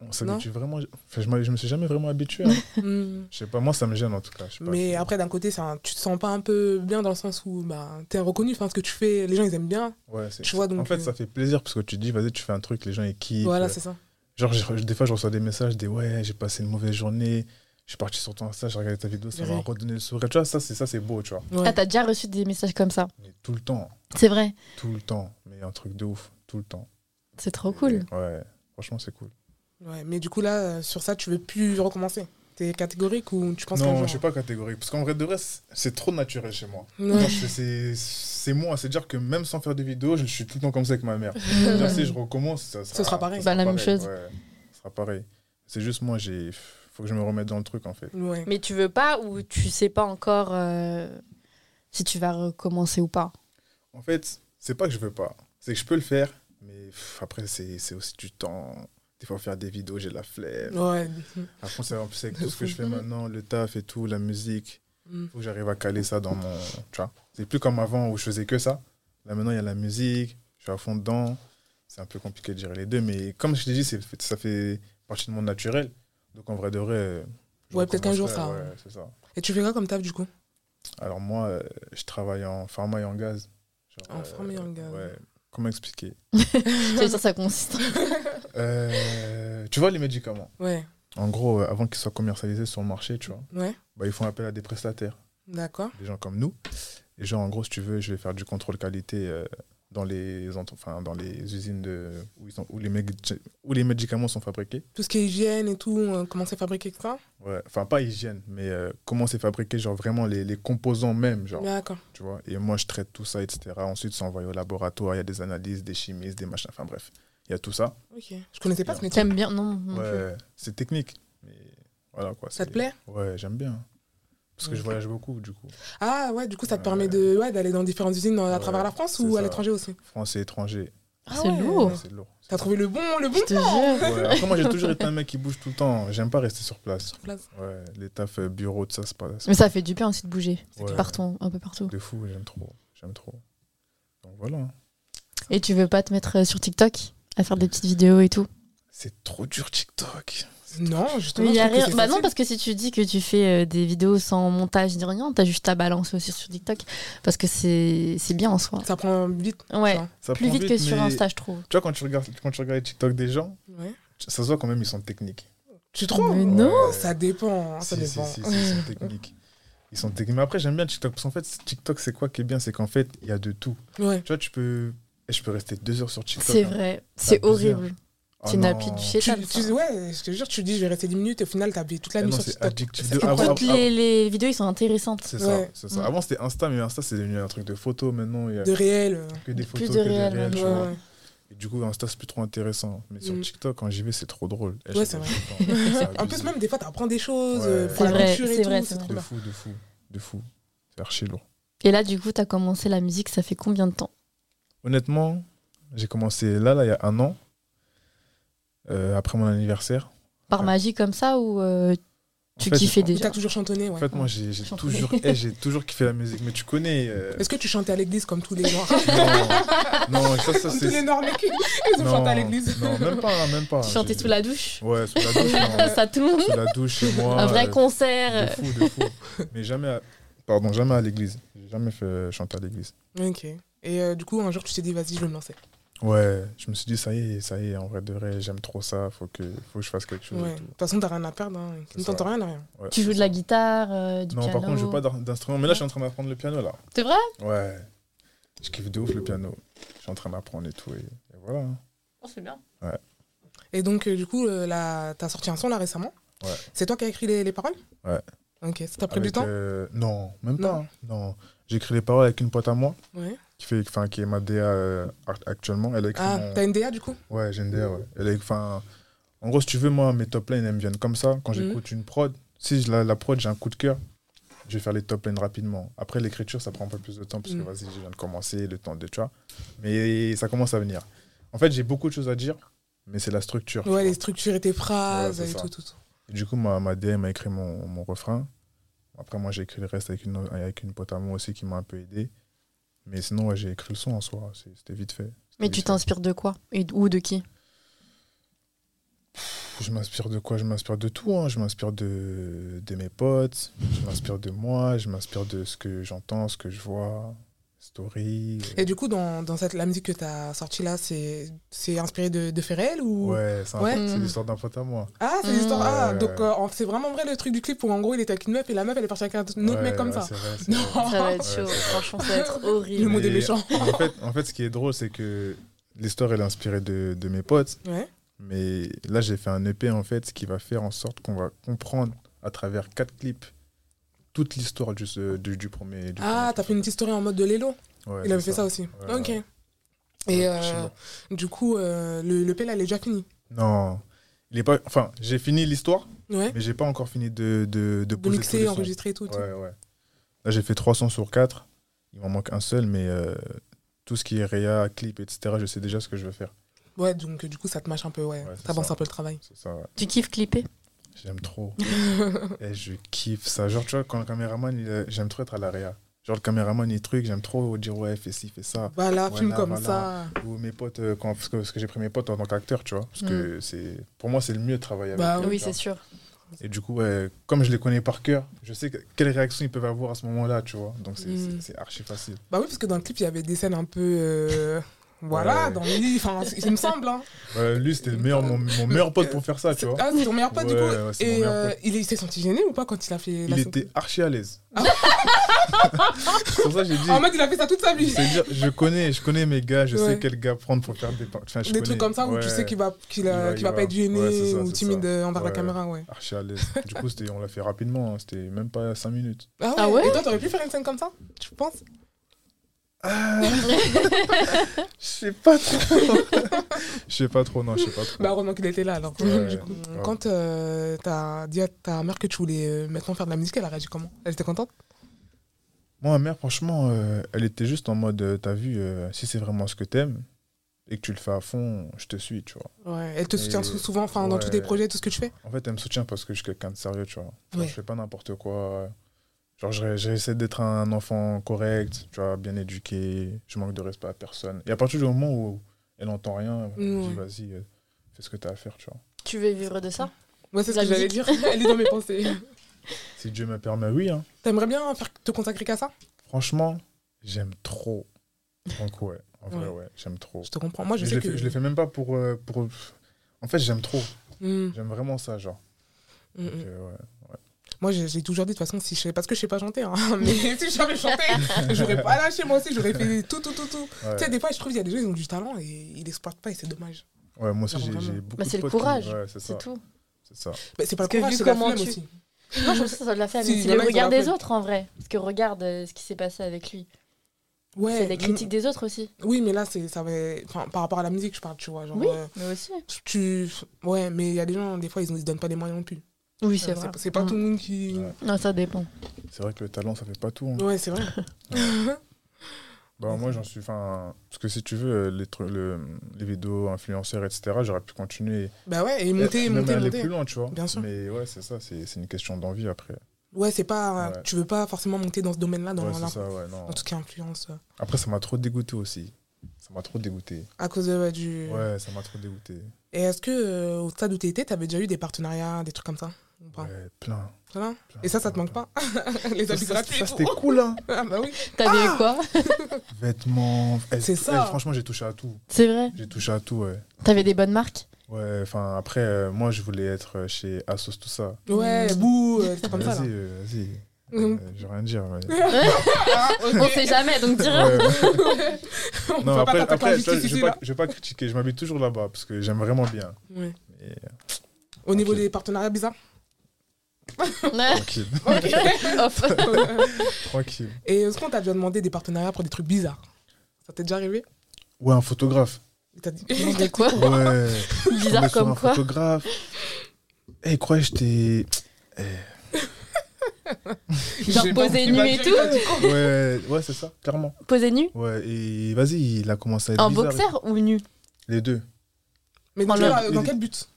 Speaker 2: on s'habitue vraiment. Enfin, je, m'a- je me suis jamais vraiment habitué. hein.
Speaker 3: Mhm.
Speaker 2: je sais pas, moi, ça me gêne en tout cas. je sais pas.
Speaker 3: Mais après, d'un côté, ça, tu te sens pas un peu bien dans le sens où bah, t'es reconnu, enfin, ce que tu fais, les gens ils aiment bien.
Speaker 2: Ouais, c'est-
Speaker 3: tu vois, donc,
Speaker 2: en fait,
Speaker 3: euh,
Speaker 2: ça fait plaisir parce que tu te dis, vas-y, tu fais un truc, les gens ils kiffent.
Speaker 3: voilà,
Speaker 2: Euh,
Speaker 3: c'est ça.
Speaker 2: Genre, j'ai- des fois, je reçois des messages des ouais, j'ai passé une mauvaise journée, je suis parti sur ton Insta, j'ai regardé ta vidéo, ça m'a
Speaker 3: Oui.
Speaker 2: redonné le sourire. Tu vois, ça, c'est ça, c'est beau, tu vois.
Speaker 3: Ouais.
Speaker 1: Ah, t'as déjà reçu des messages comme ça
Speaker 2: Mais tout le temps,
Speaker 1: C'est vrai,
Speaker 2: tout le temps. Mais un truc de ouf, tout le temps.
Speaker 1: c'est trop cool.
Speaker 2: Ouais, franchement, c'est cool.
Speaker 3: Ouais, mais du coup, là, euh, sur ça, tu veux plus recommencer T'es catégorique ou tu penses qu'un
Speaker 2: Non,
Speaker 3: jour-
Speaker 2: je suis pas catégorique. Parce qu'en vrai, de vrai, c'est- c'est trop naturel chez moi.
Speaker 3: Ouais.
Speaker 2: Genre, je- c'est- C'est moi, c'est-à-dire que même sans faire de vidéo, je suis tout le temps comme ça avec ma
Speaker 1: Mm.
Speaker 2: mère. C'est-à-dire, si je recommence, ça sera,
Speaker 3: sera pareil.
Speaker 1: Bah, la même chose.
Speaker 2: ouais. ça sera pareil. C'est juste moi, j'ai faut que je me remette dans le truc en fait.
Speaker 3: Ouais.
Speaker 1: Mais tu veux pas ou tu sais pas encore euh, si tu vas recommencer ou pas
Speaker 2: En fait, c'est pas que je veux pas. C'est que je peux le faire, mais pff, après, c'est c'est aussi du temps. Des fois, faire des vidéos, j'ai la flemme.
Speaker 3: Ouais.
Speaker 2: Après, c'est en plus avec tout ce que je fais maintenant, le taf et tout, la musique.
Speaker 3: Mm.
Speaker 2: Faut que j'arrive à caler ça dans mon. Tu vois C'est plus comme avant où je faisais que ça. Là, maintenant, il y a la musique, je suis à fond dedans. C'est un peu compliqué de gérer les deux, mais comme je t'ai dit, c'est- ça fait partie de mon naturel. Donc, en vrai de vrai. euh, je
Speaker 3: Ouais, peut-être qu'un jour,
Speaker 2: recommencerai,
Speaker 3: ça- hein.
Speaker 2: Ouais, c'est ça.
Speaker 3: Et tu fais quoi comme taf du coup
Speaker 2: Alors moi, euh, je travaille en pharma et en gaz. Genre, euh,
Speaker 3: En pharma et en gaz.
Speaker 2: Ouais. Comment expliquer
Speaker 1: C'est ça, ça consiste.
Speaker 2: Euh, Tu vois les médicaments.
Speaker 3: Ouais.
Speaker 2: En gros, euh, avant qu'ils soient commercialisés sur le marché, tu vois,
Speaker 3: Ouais.
Speaker 2: bah, ils font appel à des prestataires,
Speaker 3: D'accord.
Speaker 2: des gens comme nous. Et genre, en gros, si tu veux, je vais faire du contrôle qualité euh, dans les, ent- enfin, dans les usines de, où, ils sont, où, les mé- où les médicaments sont fabriqués.
Speaker 3: Tout ce qui est hygiène et tout, euh, comment c'est fabriqué, etc.
Speaker 2: Ouais, Enfin, pas hygiène, mais euh, comment c'est fabriqué, genre vraiment les, les composants même, genre,
Speaker 3: Ah, D'accord.
Speaker 2: tu vois. Et moi, je traite tout ça, etc. Ensuite, c'est envoyé au laboratoire, il y a des analyses, des chimistes, des machins, enfin bref, il y a tout ça.
Speaker 3: Ok. Je connaissais pas ce métier.
Speaker 1: T'aimes bien Non. non plus.
Speaker 2: Ouais, c'est technique, mais voilà quoi.
Speaker 3: Ça te
Speaker 2: c'est-
Speaker 3: plaît
Speaker 2: Ouais, j'aime bien. Parce que je
Speaker 3: Ok.
Speaker 2: voyage beaucoup, du coup.
Speaker 3: Ah ouais, du coup, ça te
Speaker 2: Ouais.
Speaker 3: permet de ouais, d'aller dans différentes usines dans- à
Speaker 2: Ouais,
Speaker 3: travers la France
Speaker 2: c'est
Speaker 3: ou à
Speaker 2: ça.
Speaker 3: l'étranger aussi.
Speaker 2: France et étranger.
Speaker 1: Ah,
Speaker 3: Ah
Speaker 1: c'est
Speaker 3: ouais.
Speaker 1: lourd.
Speaker 2: Ouais, c'est lourd.
Speaker 3: T'as trouvé le bon, le bon
Speaker 1: Je te jure.
Speaker 2: Ouais, hein. Après, moi, j'ai toujours été un mec qui bouge tout le temps. J'aime pas rester sur place.
Speaker 3: place.
Speaker 2: Ouais, les tafs euh, bureau, tout ça, c'est pas. c'est
Speaker 1: Mais ça fait du bien aussi de bouger.
Speaker 2: ouais,
Speaker 1: Partons un peu partout.
Speaker 2: De fou, j'aime trop. J'aime trop. Donc voilà.
Speaker 1: Et tu veux pas te mettre euh, sur TikTok à faire des petites vidéos et tout
Speaker 2: C'est trop dur, TikTok.
Speaker 3: Non, justement.
Speaker 1: Mais y
Speaker 3: je
Speaker 1: a
Speaker 3: trouve que
Speaker 1: rien.
Speaker 3: c'est
Speaker 1: Bah non,
Speaker 3: facile.
Speaker 1: parce que si tu dis que tu fais euh, des vidéos sans montage ni rien, t'as juste ta balance aussi sur TikTok. Parce que c'est c'est bien en soi.
Speaker 3: ça prend vite.
Speaker 1: Ouais,
Speaker 3: Ça.
Speaker 2: Ça
Speaker 1: plus
Speaker 2: prend
Speaker 1: vite, que sur
Speaker 2: mais-
Speaker 1: Insta, je trouve.
Speaker 2: Tu vois, quand tu, regardes, quand tu regardes les TikTok des gens,
Speaker 3: Ouais.
Speaker 2: ça se voit quand même, ils sont techniques.
Speaker 3: Tu trouves
Speaker 1: Mais non.
Speaker 2: Ouais.
Speaker 3: Ça dépend, hein, ça
Speaker 2: Si,
Speaker 3: dépend.
Speaker 2: si, si, si, ils sont techniques. Ils sont techniques. Mais après, j'aime bien TikTok. Parce qu'en fait, TikTok, c'est quoi qui est bien C'est qu'en fait, il y a de tout.
Speaker 3: Ouais.
Speaker 2: Tu vois, tu peux. et Je peux rester deux heures sur TikTok.
Speaker 1: C'est
Speaker 2: hein.
Speaker 1: vrai. C'est
Speaker 2: plusieurs.
Speaker 1: horrible.
Speaker 2: Oh
Speaker 1: c'est une
Speaker 2: non.
Speaker 1: appli de chez
Speaker 3: Tu,
Speaker 1: Tal, ça.
Speaker 3: tu- ouais, je te jure, tu dis je vais rester 10 minutes et au final t'as vu toute
Speaker 2: Eh
Speaker 3: la nuit
Speaker 2: non,
Speaker 3: sur
Speaker 2: c'est
Speaker 3: TikTok.
Speaker 2: addictif.
Speaker 3: C'est
Speaker 2: De-
Speaker 3: que
Speaker 2: avant-
Speaker 1: Toutes
Speaker 2: avant-
Speaker 1: les, les vidéos, ils sont intéressantes.
Speaker 3: Ouais.
Speaker 2: C'est ça, c'est ça.
Speaker 1: Mm.
Speaker 2: Avant, c'était Insta, mais Insta, c'est devenu un truc de photos. Maintenant, il y a
Speaker 3: De réel. euh,
Speaker 2: que des
Speaker 1: Plus
Speaker 2: photos,
Speaker 1: de
Speaker 2: que des
Speaker 1: réel,
Speaker 2: réels.
Speaker 1: ouais.
Speaker 2: tu
Speaker 3: Ouais,
Speaker 2: vois.
Speaker 3: ouais.
Speaker 2: Et du coup, Insta, c'est plus trop intéressant. Mais sur
Speaker 3: Mm.
Speaker 2: TikTok, quand j'y vais, c'est trop drôle. Et
Speaker 3: Ouais,
Speaker 2: je
Speaker 3: c'est
Speaker 2: passe
Speaker 3: vrai.
Speaker 2: du temps. C'est
Speaker 3: Hein En plus,
Speaker 2: abusé.
Speaker 3: même des fois, t'apprends des choses euh,
Speaker 2: Ouais.
Speaker 3: pour la
Speaker 1: C'est vrai,
Speaker 3: culture et
Speaker 1: c'est
Speaker 3: tout.
Speaker 1: vrai, c'est
Speaker 3: c'est trop
Speaker 1: vrai.
Speaker 2: De
Speaker 3: bien.
Speaker 2: fou, de fou, de fou. C'est archi lourd.
Speaker 1: Et là, du coup, t'as commencé la musique, ça fait combien de temps
Speaker 2: Honnêtement, j'ai commencé là, là, il y a un an. Euh, après mon anniversaire.
Speaker 1: Par
Speaker 2: Ouais.
Speaker 1: magie comme ça ou euh,
Speaker 2: En
Speaker 1: tu
Speaker 2: fait,
Speaker 1: kiffais
Speaker 3: Ou
Speaker 1: déjà
Speaker 3: T'as toujours chantonné,
Speaker 2: En
Speaker 3: ouais.
Speaker 2: fait, moi, j'ai j'ai
Speaker 1: Chanter.
Speaker 2: toujours, eh, j'ai toujours kiffé la musique. Mais tu connais. euh,
Speaker 3: Est-ce que tu chantais à l'église comme tous les gens
Speaker 2: Non, non, ça, ça
Speaker 3: Comme tous les
Speaker 2: c'est.
Speaker 3: Norvégiens, ils ont
Speaker 2: non,
Speaker 3: chanté à l'église.
Speaker 2: Non, même pas, hein, même pas.
Speaker 1: Tu chantais
Speaker 2: J'ai-
Speaker 1: sous la douche
Speaker 2: Ouais, sous la douche. non.
Speaker 1: Ça, tout le monde
Speaker 2: sous la douche chez moi.
Speaker 1: Un vrai
Speaker 2: euh,
Speaker 1: concert.
Speaker 2: De fou, de fou. Mais jamais à... Pardon, jamais à l'église. J'ai jamais fait chanter à l'église.
Speaker 3: Ok. Et euh, du coup, un jour, tu t'es dit, vas-y, je vais me lancer.
Speaker 2: Ouais, je me suis dit, ça y est, ça y est, en vrai de vrai, j'aime trop ça, faut que, faut que je fasse quelque chose.
Speaker 3: Ouais.
Speaker 2: et
Speaker 3: De
Speaker 2: tout.
Speaker 3: toute façon, t'as rien à perdre. Hein.
Speaker 2: C'est
Speaker 3: Ne
Speaker 2: ça.
Speaker 3: t'entends rien à rien.
Speaker 2: Ouais,
Speaker 1: Tu
Speaker 2: c'est
Speaker 1: joues de
Speaker 2: ça.
Speaker 1: la guitare, euh, du
Speaker 2: Non,
Speaker 1: piano.
Speaker 2: par contre, je joue pas d'in- d'instrument, mais là, je suis en train d'apprendre le piano, là.
Speaker 1: C'est vrai
Speaker 2: Ouais, je kiffe de ouf le piano. Je suis en train d'apprendre et tout, et, et voilà. hein.
Speaker 1: Oh, C'est bien.
Speaker 3: Et donc, euh, du coup, euh, là, t'as sorti un son là récemment.
Speaker 2: Ouais.
Speaker 3: C'est toi qui as écrit les, les paroles
Speaker 2: Ouais.
Speaker 3: Ok, ça t'a pris du
Speaker 2: Avec,
Speaker 3: temps
Speaker 2: euh, Non, même
Speaker 3: Non.
Speaker 2: pas. Non, j'ai écrit les paroles euh, avec une pote à moi,
Speaker 3: Ouais.
Speaker 2: qui, fait, enfin, qui est ma DA euh, act- actuellement. Elle a écrit
Speaker 3: Ah,
Speaker 2: mon-
Speaker 3: t'as une DA du coup
Speaker 2: Ouais, j'aime bien, ouais. Elle est- enfin, en gros, si tu veux, moi, mes top lines, elles me viennent comme ça. Quand
Speaker 3: Mhm.
Speaker 2: j'écoute une prod, si je la, la prod, j'ai un coup de cœur, je vais faire les top lines rapidement. Après, l'écriture, ça prend un peu plus de temps, parce que
Speaker 3: Mhm.
Speaker 2: vas-y, je viens de commencer, le temps de, tu vois. Mais ça commence à venir. En fait, j'ai beaucoup de choses à dire, mais c'est la structure. tu
Speaker 3: Ouais, les
Speaker 2: vois.
Speaker 3: structures et tes phrases
Speaker 2: Ouais, c'est
Speaker 3: et
Speaker 2: ça.
Speaker 3: tout, tout, tout.
Speaker 2: Et du coup, ma, ma DM a écrit mon, mon refrain. Après, moi, j'ai écrit le reste avec une, avec une pote à moi aussi qui m'a un peu aidé. Mais sinon, ouais, j'ai écrit le son en soi. C'est- C'était vite fait. C'était
Speaker 1: Mais
Speaker 2: vite
Speaker 1: tu
Speaker 2: fait.
Speaker 1: t'inspires de quoi Et d- Ou de qui
Speaker 2: Je m'inspire de quoi Je m'inspire de tout. hein. Je m'inspire de, de mes potes, je m'inspire de moi, je m'inspire de ce que j'entends, ce que je vois, story. euh.
Speaker 3: Et du coup, dans, dans cette, la musique que t'as sortie là, c'est c'est inspiré de, de faits réels ou
Speaker 2: Ouais, c'est un-
Speaker 3: Ouais.
Speaker 2: c'est
Speaker 1: Mm.
Speaker 2: l'histoire d'un pote à moi.
Speaker 3: Ah, c'est l'histoire.
Speaker 1: Mm.
Speaker 3: Ah,
Speaker 2: Ouais.
Speaker 3: donc euh, c'est vraiment vrai le truc du clip où en gros il était avec une meuf et la meuf elle est partie avec un autre
Speaker 2: Ouais,
Speaker 3: mec comme
Speaker 2: ouais,
Speaker 3: ça.
Speaker 2: c'est vrai, c'est vrai.
Speaker 3: Non
Speaker 1: Ça va être
Speaker 2: Ouais,
Speaker 1: chaud.
Speaker 2: ça va.
Speaker 1: Franchement, ça va être
Speaker 3: Le
Speaker 1: horrible.
Speaker 3: mot des
Speaker 2: Mais-
Speaker 3: méchants.
Speaker 2: En fait, en fait, ce qui est drôle, c'est que l'histoire, elle est inspirée de, de mes potes.
Speaker 3: Ouais.
Speaker 2: Mais là, j'ai fait un EP, en fait, qui va faire en sorte qu'on va comprendre à travers quatre clips toute l'histoire du, ce- du, du premier. Du
Speaker 3: Ah, t'as
Speaker 2: premier
Speaker 3: fait
Speaker 2: clip.
Speaker 3: une petite story en mode de Lélo.
Speaker 2: Ouais,
Speaker 3: il
Speaker 2: c'est
Speaker 3: avait fait ça, aussi.
Speaker 2: Ouais,
Speaker 3: ok.
Speaker 2: ouais.
Speaker 3: Et
Speaker 2: Ouais,
Speaker 3: euh,
Speaker 2: je sais pas.
Speaker 3: du coup, euh, le, le P là, il est déjà fini.
Speaker 2: Non. Il est pas... Enfin, j'ai fini l'histoire,
Speaker 3: Ouais.
Speaker 2: mais j'ai pas encore fini de, de, de,
Speaker 3: De
Speaker 2: poser tous
Speaker 3: mixer,
Speaker 2: les sons.
Speaker 3: enregistrer et tout. tout.
Speaker 2: Ouais, ouais. Là, j'ai fait 300 sur 4. Il m'en manque un seul, mais euh, tout ce qui est réa, clip, etc., je sais déjà ce que je veux faire.
Speaker 3: Ouais, donc euh, du coup, ça te mâche un peu, ouais.
Speaker 2: Ouais, c'est
Speaker 3: T'avances
Speaker 2: ça.
Speaker 3: un peu le travail.
Speaker 2: C'est ça, ouais.
Speaker 1: Tu kiffes clipper
Speaker 2: J'aime trop. Et je kiffe ça. Genre, tu vois, quand le caméraman, il, euh, j'aime trop être à la réa. Genre, le caméraman, il truc, j'aime trop dire, ouais, fais ci, fais ça.
Speaker 3: Voilà,
Speaker 2: Voilà,
Speaker 3: film comme
Speaker 2: voilà.
Speaker 3: ça.
Speaker 2: Ou mes potes, euh, quand, parce que, parce que j'ai pris mes potes en tant qu'acteur, tu vois. Parce que c'est, pour moi, c'est le mieux de travailler avec
Speaker 3: Mm. Bah
Speaker 2: eux,
Speaker 3: oui,
Speaker 2: tu
Speaker 1: Oui,
Speaker 2: vois.
Speaker 1: c'est sûr.
Speaker 2: Et du coup, ouais, comme je les connais par cœur, je sais que- quelles réactions ils peuvent avoir à ce moment-là, tu vois. Donc c'est
Speaker 3: Mm.
Speaker 2: c'est- c'est archi facile.
Speaker 3: Bah oui, parce que dans le clip, il y avait des scènes un peu. euh, Voilà,
Speaker 2: Ouais.
Speaker 3: dans le lit, enfin, c- il me semble. hein.
Speaker 2: Voilà, lui, c'était le meilleur, mon, mon meilleur pote pour faire ça, tu
Speaker 3: C'est-
Speaker 2: vois.
Speaker 3: Ah, c'est ton meilleur pote, du
Speaker 2: Ouais,
Speaker 3: coup.
Speaker 2: ouais, c'est mon
Speaker 3: et
Speaker 2: meilleur
Speaker 3: euh, il, est- il s'est senti gêné ou pas quand il a fait la
Speaker 2: Il était archi à l'aise.
Speaker 3: Ah.
Speaker 2: C'est pour ça que j'ai dit.
Speaker 3: En mode, il a fait ça toute sa vie.
Speaker 2: c'est-à-dire, je connais, je connais mes gars, je
Speaker 3: Ouais.
Speaker 2: sais quel gars prendre pour faire des. par- Enfin, je
Speaker 3: Des
Speaker 2: connais.
Speaker 3: trucs comme ça où tu
Speaker 2: Ouais,
Speaker 3: sais qu'il va, qu'il
Speaker 2: Il
Speaker 3: a-
Speaker 2: va-
Speaker 3: qu'il
Speaker 2: il
Speaker 3: va
Speaker 2: va.
Speaker 3: pas être gêné
Speaker 2: Ouais, c'est ça,
Speaker 3: ou
Speaker 2: c'est
Speaker 3: timide euh, envers la
Speaker 2: Ouais.
Speaker 3: caméra, ouais.
Speaker 2: Archi à l'aise. Du coup, c'était- on l'a fait rapidement. hein, C'était même pas 5 minutes.
Speaker 3: Ah ouais,
Speaker 1: Ah ouais
Speaker 3: Et toi, t'aurais pu faire une scène comme ça Tu penses
Speaker 2: Je sais pas trop. Je sais pas trop, non, je sais pas trop.
Speaker 3: Bah, heureusement qu'il était là alors.
Speaker 2: Ouais.
Speaker 3: Du coup,
Speaker 2: Ouais.
Speaker 3: quand euh, t'as dit à ta mère que tu voulais euh, maintenant faire de la musique, elle a réagi comment Elle était contente
Speaker 2: Moi, ma mère, franchement, euh, elle était juste en mode, euh, t'as vu, euh, si c'est vraiment ce que t'aimes et que tu le fais à fond, je te suis, tu vois.
Speaker 3: Ouais. Elle te soutient
Speaker 2: Et-
Speaker 3: sou- souvent enfin, dans tous
Speaker 2: ouais.
Speaker 3: tes projets, tout ce que tu fais
Speaker 2: En fait, elle me soutient parce que je suis quelqu'un de sérieux, tu vois. Genre,
Speaker 3: Ouais.
Speaker 2: Je fais pas n'importe quoi. Genre, je- j'essaie d'être un enfant correct, tu vois, bien éduqué. Je manque de respect à personne. Et à partir du moment où elle entend rien, elle me dit,
Speaker 3: Ouais.
Speaker 2: vas-y, euh, fais ce que t'as à faire, tu vois.
Speaker 1: Tu veux vivre de ça
Speaker 3: Moi, c'est ce
Speaker 1: La
Speaker 3: que j'allais
Speaker 1: musique.
Speaker 3: dire. Elle est dans mes pensées.
Speaker 2: Si Dieu me permet, oui. Hein.
Speaker 3: T'aimerais bien faire, te consacrer qu'à ça
Speaker 2: Franchement, j'aime trop. Donc, ouais, en vrai,
Speaker 3: Ouais.
Speaker 2: ouais, j'aime trop.
Speaker 3: Je te comprends. Moi, je
Speaker 2: Mais Je
Speaker 3: sais
Speaker 2: le
Speaker 3: que.
Speaker 2: fais- je le fais même pas pour. euh, pour... En fait, j'aime trop.
Speaker 3: Mm,
Speaker 2: J'aime vraiment ça, genre.
Speaker 3: mm, mm.
Speaker 2: Donc, euh, ouais.
Speaker 3: Moi, j'ai j'ai toujours dit de toute façon, si je sais, parce que je sais pas chanter, hein, mais si je savais chanter, j'aurais pas lâché moi aussi, j'aurais fait tout, tout, tout, tout.
Speaker 2: Ouais.
Speaker 3: Tu sais, des fois, je trouve qu'il y a des gens qui ont du talent et ils l'exploitent pas et c'est dommage.
Speaker 2: Ouais, moi aussi,
Speaker 3: Genre
Speaker 2: j'ai
Speaker 3: vraiment. Bah,
Speaker 2: j'ai beaucoup
Speaker 1: c'est
Speaker 2: de
Speaker 1: le
Speaker 2: potes
Speaker 1: courage,
Speaker 2: Qui... Ouais, c'est ça.
Speaker 1: C'est tout.
Speaker 2: C'est ça.
Speaker 3: Mais c'est pas
Speaker 1: Parce que
Speaker 3: le courage,
Speaker 1: vu
Speaker 3: c'est la
Speaker 1: comment
Speaker 3: flemme
Speaker 1: tu-
Speaker 3: aussi.
Speaker 1: Moi, je trouve ça, ça de la faire.
Speaker 3: Si,
Speaker 1: mais
Speaker 3: il y
Speaker 1: c'est
Speaker 3: en
Speaker 1: le
Speaker 3: a qui
Speaker 1: regard
Speaker 3: sont un
Speaker 1: des
Speaker 3: peu-
Speaker 1: autres en vrai. Parce que regarde euh, ce qui s'est passé avec lui.
Speaker 3: Ouais.
Speaker 1: c'est les critiques des autres aussi.
Speaker 3: Oui, mais là, c'est ça va... enfin, par rapport à la musique, je parle, tu vois. Genre,
Speaker 1: Oui.
Speaker 3: euh,
Speaker 1: Mais aussi.
Speaker 3: tu... Ouais, mais il y a des gens, des fois, ils ne se donnent pas les moyens non plus.
Speaker 1: Oui,
Speaker 3: Euh,
Speaker 1: c'est vrai.
Speaker 3: pas- C'est pas
Speaker 1: Mm.
Speaker 3: tout le monde qui.
Speaker 2: Ouais.
Speaker 1: Non, ça dépend.
Speaker 2: C'est vrai que le talent, ça fait pas tout. hein.
Speaker 3: Ouais, c'est vrai.
Speaker 2: Bah, moi, j'en suis. Enfin, parce que si tu veux, euh, les, trucs, le- les vidéos influenceurs, etc., j'aurais pu continuer.
Speaker 3: Bah ouais, et monter,
Speaker 2: et même
Speaker 3: monter,
Speaker 2: aller
Speaker 3: monter.
Speaker 2: plus loin, tu vois.
Speaker 3: Bien sûr.
Speaker 2: Mais ouais, c'est ça. C'est c'est une question d'envie après.
Speaker 3: Ouais, c'est pas.
Speaker 2: Ouais.
Speaker 3: Tu veux pas forcément monter dans ce domaine-là, dans,
Speaker 2: ouais,
Speaker 3: la-
Speaker 2: c'est ça, ouais, non.
Speaker 3: dans tout ce qui est influence. euh,
Speaker 2: Après, ça m'a trop dégoûté aussi. Ça m'a trop dégoûté.
Speaker 3: À cause de, ouais, du.
Speaker 2: Ouais, ça m'a trop dégoûté.
Speaker 3: Et est-ce que, euh, au stade où t'étais, t'avais déjà eu des partenariats, des trucs comme ça ou pas
Speaker 2: Ouais, plein.
Speaker 3: Voilà.
Speaker 2: plein,
Speaker 3: Et ça, ça te
Speaker 2: plein,
Speaker 3: manque pas Les
Speaker 2: plein.
Speaker 3: habits
Speaker 2: Ça,
Speaker 3: gratuits.
Speaker 2: ça,
Speaker 3: et
Speaker 2: c'était
Speaker 3: tout.
Speaker 2: cool, hein.
Speaker 3: Ah bah oui.
Speaker 1: T'as vu quoi
Speaker 2: Vêtements. eh,
Speaker 3: C'est
Speaker 2: eh,
Speaker 3: ça.
Speaker 2: franchement, j'ai touché à tout.
Speaker 1: C'est vrai.
Speaker 2: J'ai touché à tout, ouais.
Speaker 1: T'avais des bonnes marques
Speaker 2: Ouais, enfin, après, euh, moi, je voulais être euh, chez Asos, tout ça.
Speaker 3: Ouais, bouh, euh, c'est comme ça. Là.
Speaker 2: Mm. Vas-y, euh, vas-y.
Speaker 3: Mhm.
Speaker 2: Euh, je vais rien dire. mais-
Speaker 1: On sait jamais, donc dis rien.
Speaker 2: Ouais, ouais.
Speaker 3: On
Speaker 2: non,
Speaker 3: va
Speaker 2: après,
Speaker 3: pas t'attaquer en
Speaker 2: après je,
Speaker 3: justice
Speaker 2: je
Speaker 3: ici,
Speaker 2: vais pas,
Speaker 3: là.
Speaker 2: je vais pas critiquer. Je m'habille toujours là-bas parce que j'aime vraiment bien.
Speaker 3: Ouais.
Speaker 2: Mais, euh,
Speaker 3: Au niveau
Speaker 2: Ok.
Speaker 3: des partenariats bizarres.
Speaker 2: tranquille,
Speaker 1: Off.
Speaker 2: tranquille.
Speaker 3: Et est-ce qu'on t'a déjà demandé des partenariats pour des trucs bizarres Ça t'est déjà arrivé
Speaker 2: Ouais, un photographe.
Speaker 3: Il t'a dit.
Speaker 1: De quoi
Speaker 2: Ouais. Je tombais
Speaker 1: Bizarre
Speaker 2: sur
Speaker 1: comme
Speaker 2: un
Speaker 1: quoi.
Speaker 2: photographe. Eh, crois j'étais.
Speaker 1: Genre
Speaker 3: J'ai
Speaker 1: poser
Speaker 3: pas-
Speaker 1: nu
Speaker 3: j'ai
Speaker 1: et
Speaker 3: pas
Speaker 1: tout.
Speaker 3: dit quoi.
Speaker 2: Ouais, ouais, c'est ça, clairement.
Speaker 1: Posé nu
Speaker 2: Ouais, et vas-y, il a commencé à être
Speaker 1: En
Speaker 2: bizarre.
Speaker 1: boxeur ou nu
Speaker 2: Les deux.
Speaker 3: Mais dans,
Speaker 1: Oh
Speaker 3: quel-
Speaker 1: là.
Speaker 3: euh, dans quel but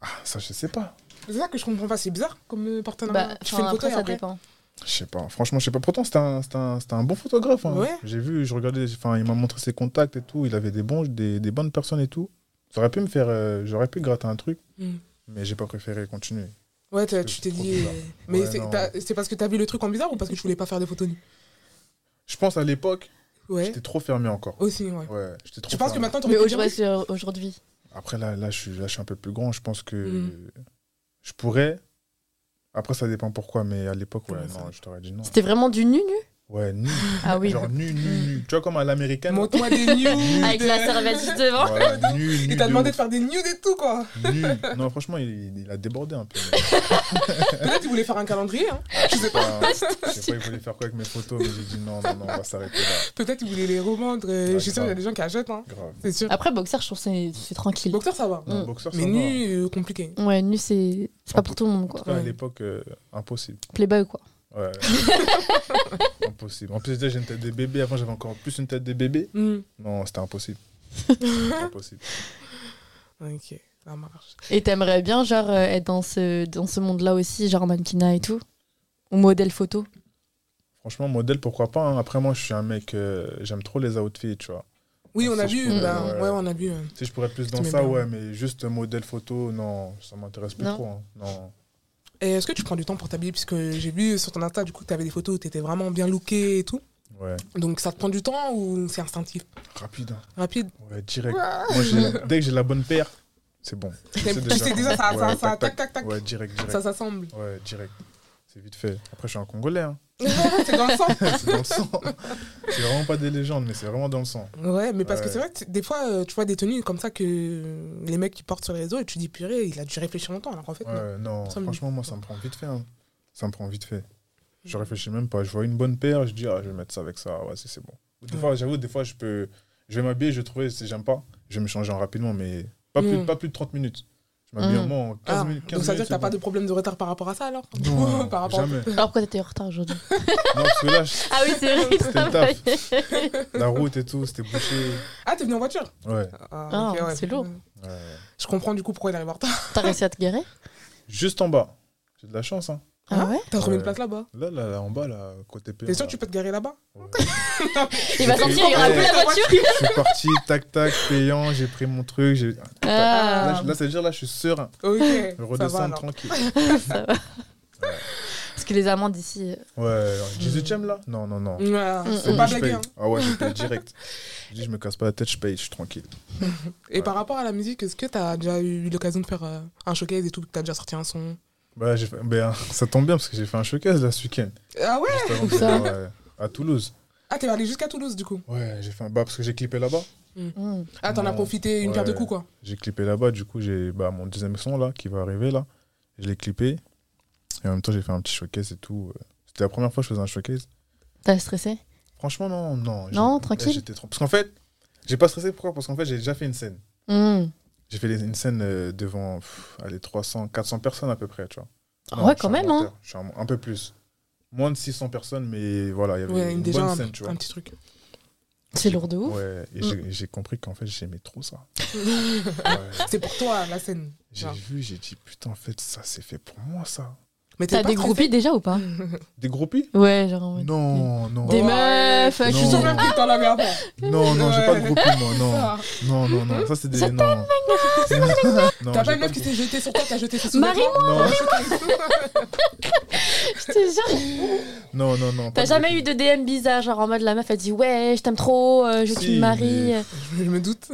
Speaker 2: Ah, ça, je sais pas.
Speaker 3: C'est ça que je comprends pas, c'est bizarre comme euh, partenariat.
Speaker 1: Bah,
Speaker 3: tu fais une
Speaker 1: enfin,
Speaker 3: photo
Speaker 1: après,
Speaker 3: et
Speaker 1: ça
Speaker 3: après.
Speaker 1: dépend.
Speaker 2: Je sais pas, franchement, je sais pas. Pourtant, c'était un, c'était un, c'était un bon photographe. hein.
Speaker 3: Ouais.
Speaker 2: J'ai vu, je regardais, enfin, il m'a montré ses contacts et tout. Il avait des, bons, des, des bonnes personnes et tout. Ça aurait pu me faire, euh, j'aurais pu gratter un truc,
Speaker 3: Mm.
Speaker 2: mais j'ai pas préféré continuer.
Speaker 3: Ouais, t'as-
Speaker 2: C'est
Speaker 3: tu t'es
Speaker 2: trop
Speaker 3: dit.
Speaker 2: bizarre.
Speaker 3: euh, Mais
Speaker 2: Ouais,
Speaker 3: c'est-
Speaker 2: non.
Speaker 3: t'as- c'est parce que t'as vu le truc en bizarre ou parce que tu voulais pas faire des photos nues
Speaker 2: Je pense à l'époque,
Speaker 3: Ouais.
Speaker 2: j'étais trop fermé encore.
Speaker 3: Aussi, ouais.
Speaker 2: Ouais, j'étais trop
Speaker 3: Tu penses que
Speaker 2: fermé.
Speaker 3: maintenant t'aurais
Speaker 1: Mais
Speaker 3: pu dire
Speaker 1: aujourd'hui, c'est aujourd'hui.
Speaker 2: Après, là, là, je suis, là, je suis un peu plus grand. Je pense que
Speaker 3: Mm.
Speaker 2: je pourrais. Après, ça dépend pourquoi, mais à l'époque, ouais,
Speaker 3: Ouais, ça
Speaker 2: non, je t'aurais dit non.
Speaker 1: C'était vraiment du nu nu
Speaker 2: Ouais, nu.
Speaker 1: Ah oui.
Speaker 2: Genre nu, nu,
Speaker 1: Mm.
Speaker 2: nu. Tu vois, comme à l'américaine.
Speaker 3: Montre-moi des nudes.
Speaker 1: Avec la serviette juste devant.
Speaker 2: Ouais, nu, nu
Speaker 3: Il t'a
Speaker 2: de
Speaker 3: demandé de
Speaker 2: ouf.
Speaker 3: faire des nudes et tout, quoi.
Speaker 2: Nu. Non, franchement, il, il a débordé un peu. mais-
Speaker 3: Peut-être il voulait faire un calendrier, hein.
Speaker 2: Je sais pas, je sais pas, ils voulaient faire quoi avec mes photos, mais j'ai dit non, non, non, on va s'arrêter là.
Speaker 3: Peut-être il voulait les revendre. euh,
Speaker 2: Ouais,
Speaker 3: je suis sûre qu'il y a
Speaker 2: grave.
Speaker 3: des gens qui achètent, hein.
Speaker 2: Grave.
Speaker 3: C'est sûr.
Speaker 1: Après, boxeur, je trouve que c'est- c'est tranquille.
Speaker 3: Boxeur, ça va.
Speaker 2: Non,
Speaker 1: Ah Mm.
Speaker 2: boxeur, ça
Speaker 3: Mais
Speaker 2: va.
Speaker 3: nu, euh, compliqué.
Speaker 1: Ouais, nu, c'est c'est pas pour tout le monde,
Speaker 2: En tout
Speaker 1: quoi.
Speaker 2: cas, à
Speaker 3: Ouais.
Speaker 2: l'époque, euh, impossible.
Speaker 1: Playboy, quoi.
Speaker 2: Ouais. impossible. En plus, déjà, j'ai une tête de bébé. Avant, j'avais encore plus une tête de bébé.
Speaker 3: Mm.
Speaker 2: Non, c'était impossible. impossible.
Speaker 3: Ok, ça marche.
Speaker 1: Et t'aimerais bien, genre, euh, être dans ce, dans ce monde-là aussi, genre mannequinat et tout Ou modèle photo
Speaker 2: Franchement, modèle, pourquoi pas. hein. Après, moi, je suis un mec, euh, j'aime trop les outfits, tu vois.
Speaker 3: Oui,
Speaker 2: Ça,
Speaker 3: on a
Speaker 2: je
Speaker 3: vu.
Speaker 2: pourrais,
Speaker 3: bah,
Speaker 2: ouais.
Speaker 3: ouais. on a vu. euh.
Speaker 2: Si je pourrais plus dans
Speaker 3: t'aimais
Speaker 2: ça,
Speaker 3: bien.
Speaker 2: ouais, mais juste modèle photo, non, ça m'intéresse plus
Speaker 1: Non.
Speaker 2: trop. hein. Non.
Speaker 3: Et est-ce que tu prends du temps pour t'habiller Puisque j'ai vu sur ton Insta, du coup, que t'avais des photos où t'étais vraiment bien lookée et tout.
Speaker 2: Ouais,
Speaker 3: Donc ça te prend du temps ou c'est instinctif
Speaker 2: rapide. hein.
Speaker 3: Rapide
Speaker 2: Ouais, direct. Moi, j'ai la- dès que j'ai la bonne paire, c'est bon. Je
Speaker 3: Tu sais déjà, ça, ça,
Speaker 2: Ouais,
Speaker 3: ça, tac, tac, tac,
Speaker 2: Ouais, direct, direct.
Speaker 3: ça s'assemble.
Speaker 2: Ouais, direct. C'est vite fait. Après, je suis un Congolais. hein.
Speaker 3: c'est dans le sang.
Speaker 2: c'est dans le sang. C'est vraiment pas des légendes, mais c'est vraiment dans le sang.
Speaker 3: Ouais, mais parce que
Speaker 2: Ouais.
Speaker 3: c'est vrai que t- des fois, euh, tu vois des tenues comme ça que euh, les mecs qui portent sur les réseaux et tu dis purée, il a dû réfléchir longtemps alors qu'en fait, non.
Speaker 2: Ouais, non,
Speaker 3: Ça me-
Speaker 2: franchement, moi, ça me prend vite fait. hein. Ça me prend vite fait.
Speaker 3: Mm.
Speaker 2: Je réfléchis même pas. Je vois une bonne paire, je dis, ah, je vais mettre ça avec ça. Ouais, c'est c'est bon. Ou Des
Speaker 3: Ouais.
Speaker 2: fois, j'avoue, des fois, je peux. Je vais m'habiller, je vais trouver, si j'aime pas, je vais me changer en rapidement, mais pas plus,
Speaker 3: Mm.
Speaker 2: pas plus de 30 minutes. Je m'habille
Speaker 1: Mm.
Speaker 2: au moins en 15
Speaker 3: Ah,
Speaker 2: minutes. 15
Speaker 3: donc ça veut dire
Speaker 2: minutes,
Speaker 3: que t'as pas de
Speaker 2: c'est
Speaker 3: problème de retard par rapport à ça alors
Speaker 2: bon. Non,
Speaker 3: Par rapport à-
Speaker 2: jamais.
Speaker 1: Alors pourquoi t'étais en retard aujourd'hui
Speaker 2: Non, parce que là, je-
Speaker 1: Ah oui, c'est vrai.
Speaker 2: C'était le la route et tout, c'était bouché.
Speaker 3: Ah, t'es venu en voiture
Speaker 2: Ouais.
Speaker 1: Ah,
Speaker 3: ok,
Speaker 1: c'est lourd.
Speaker 2: ouais.
Speaker 3: Je comprends du coup pourquoi il arrive en retard.
Speaker 1: T'as réussi à te garer
Speaker 2: Juste en bas. J'ai de la chance, hein.
Speaker 1: Ah ouais
Speaker 3: T'as remis
Speaker 2: Ouais.
Speaker 3: une place là-bas
Speaker 2: Là, là, là, en bas, là, côté P.
Speaker 3: T'es sûr que tu peux te garer là-bas
Speaker 1: Il va
Speaker 2: Et-
Speaker 1: sortir, il aura
Speaker 2: Ouais.
Speaker 1: plus la voiture.
Speaker 2: Je suis parti, tac tac, payant, j'ai pris mon truc. j'ai- Là,
Speaker 1: Ah,
Speaker 2: je- là, ça veut dire, là, je suis serein.
Speaker 3: Ok.
Speaker 2: Je
Speaker 3: ça va,
Speaker 2: redescends
Speaker 3: alors.
Speaker 2: tranquille.
Speaker 1: ça va. Parce que les amendes ici. euh,
Speaker 2: Ouais, 18 e là Non, non, non.
Speaker 3: Ouais,
Speaker 1: Mm,
Speaker 2: C'est
Speaker 3: Faut
Speaker 1: mm.
Speaker 3: pas
Speaker 2: bon, je
Speaker 3: blaguer.
Speaker 2: paye.
Speaker 3: hein.
Speaker 2: Ah ouais, je paye direct. Je dis, je me casse pas la tête, je paye, je suis tranquille.
Speaker 3: Et par rapport à la musique, est-ce que t'as déjà eu l'occasion de faire euh, un showcase et tout, que t'as déjà sorti un son
Speaker 2: Bah, j'ai fait- ben, ça tombe bien parce que j'ai fait un showcase là ce week-end.
Speaker 3: Ah ouais
Speaker 2: Juste avant de-
Speaker 1: Ça.
Speaker 2: ouais, à Toulouse.
Speaker 3: Ah, t'es allé jusqu'à Toulouse du coup
Speaker 2: Ouais, j'ai fait un bah parce que j'ai clippé là-bas.
Speaker 1: hmm.
Speaker 3: Ah, t'en as
Speaker 2: Non.
Speaker 3: profité une paire de
Speaker 2: Ouais.
Speaker 3: coups quoi.
Speaker 2: J'ai clippé là-bas, du coup, j'ai bah, mon deuxième son là qui va arriver là. Je l'ai clippé. Et en même temps, j'ai fait un petit showcase et tout. euh. C'était la première fois que je faisais un showcase.
Speaker 1: T'as stressé
Speaker 2: Franchement, non, non.
Speaker 1: Non,
Speaker 2: J'ai-
Speaker 1: tranquille.
Speaker 2: J'étais trop. Parce qu'en fait, j'ai pas stressé. Pourquoi Parce qu'en fait, j'ai déjà fait une scène.
Speaker 1: Hmm.
Speaker 2: J'ai fait les- une scène euh, devant pff, allez, 300, 400 personnes à peu près, tu vois.
Speaker 1: Ah
Speaker 2: Non,
Speaker 1: ouais,
Speaker 2: je suis
Speaker 1: quand
Speaker 2: un
Speaker 1: même,
Speaker 2: menteur. Je suis un, un peu plus. Moins de 600 personnes, mais voilà, il y avait
Speaker 3: Ouais,
Speaker 2: une
Speaker 3: déjà
Speaker 2: bonne
Speaker 3: un,
Speaker 2: scène, tu vois.
Speaker 3: un petit truc.
Speaker 1: C'est lourd de ouf.
Speaker 2: Ouais, et
Speaker 1: Mm.
Speaker 2: j'ai- j'ai compris qu'en fait, j'aimais trop ça. Ouais.
Speaker 3: C'est pour toi la scène.
Speaker 2: J'ai
Speaker 3: Non.
Speaker 2: vu, j'ai dit, putain, en fait, ça, c'est fait pour moi, ça.
Speaker 3: Mais
Speaker 1: T'as
Speaker 3: pas
Speaker 1: des
Speaker 3: stressé
Speaker 1: groupies déjà ou pas Hmm.
Speaker 2: Des groupies
Speaker 1: Ouais, genre. en mode-
Speaker 2: Non, non.
Speaker 1: Des
Speaker 3: Ouais.
Speaker 1: meufs,
Speaker 3: Je
Speaker 1: euh,
Speaker 3: suis
Speaker 1: qui
Speaker 2: Non.
Speaker 3: sûre
Speaker 1: sont.
Speaker 3: même que Oh. Ah, t'en avais avant.
Speaker 2: Non, non, j'ai pas de
Speaker 3: Ouais.
Speaker 2: groupie, moi, non.
Speaker 3: Ah.
Speaker 2: Non, non, non. Ça, c'est des.
Speaker 1: Je
Speaker 2: non. Non,
Speaker 3: T'as
Speaker 2: j'ai
Speaker 3: pas une meuf
Speaker 2: de
Speaker 3: qui
Speaker 2: groupie.
Speaker 3: s'est jetée sur toi, t'as jeté ses
Speaker 1: Marie,
Speaker 3: sous-vêtements
Speaker 2: Non,
Speaker 1: Je te jure.
Speaker 2: non, non. non
Speaker 1: T'as jamais eu de DM bizarre, genre en mode la meuf elle dit ouais, je t'aime trop, euh, je veux que tu
Speaker 2: Si,
Speaker 1: me maries.
Speaker 2: mais-
Speaker 3: Je me doute.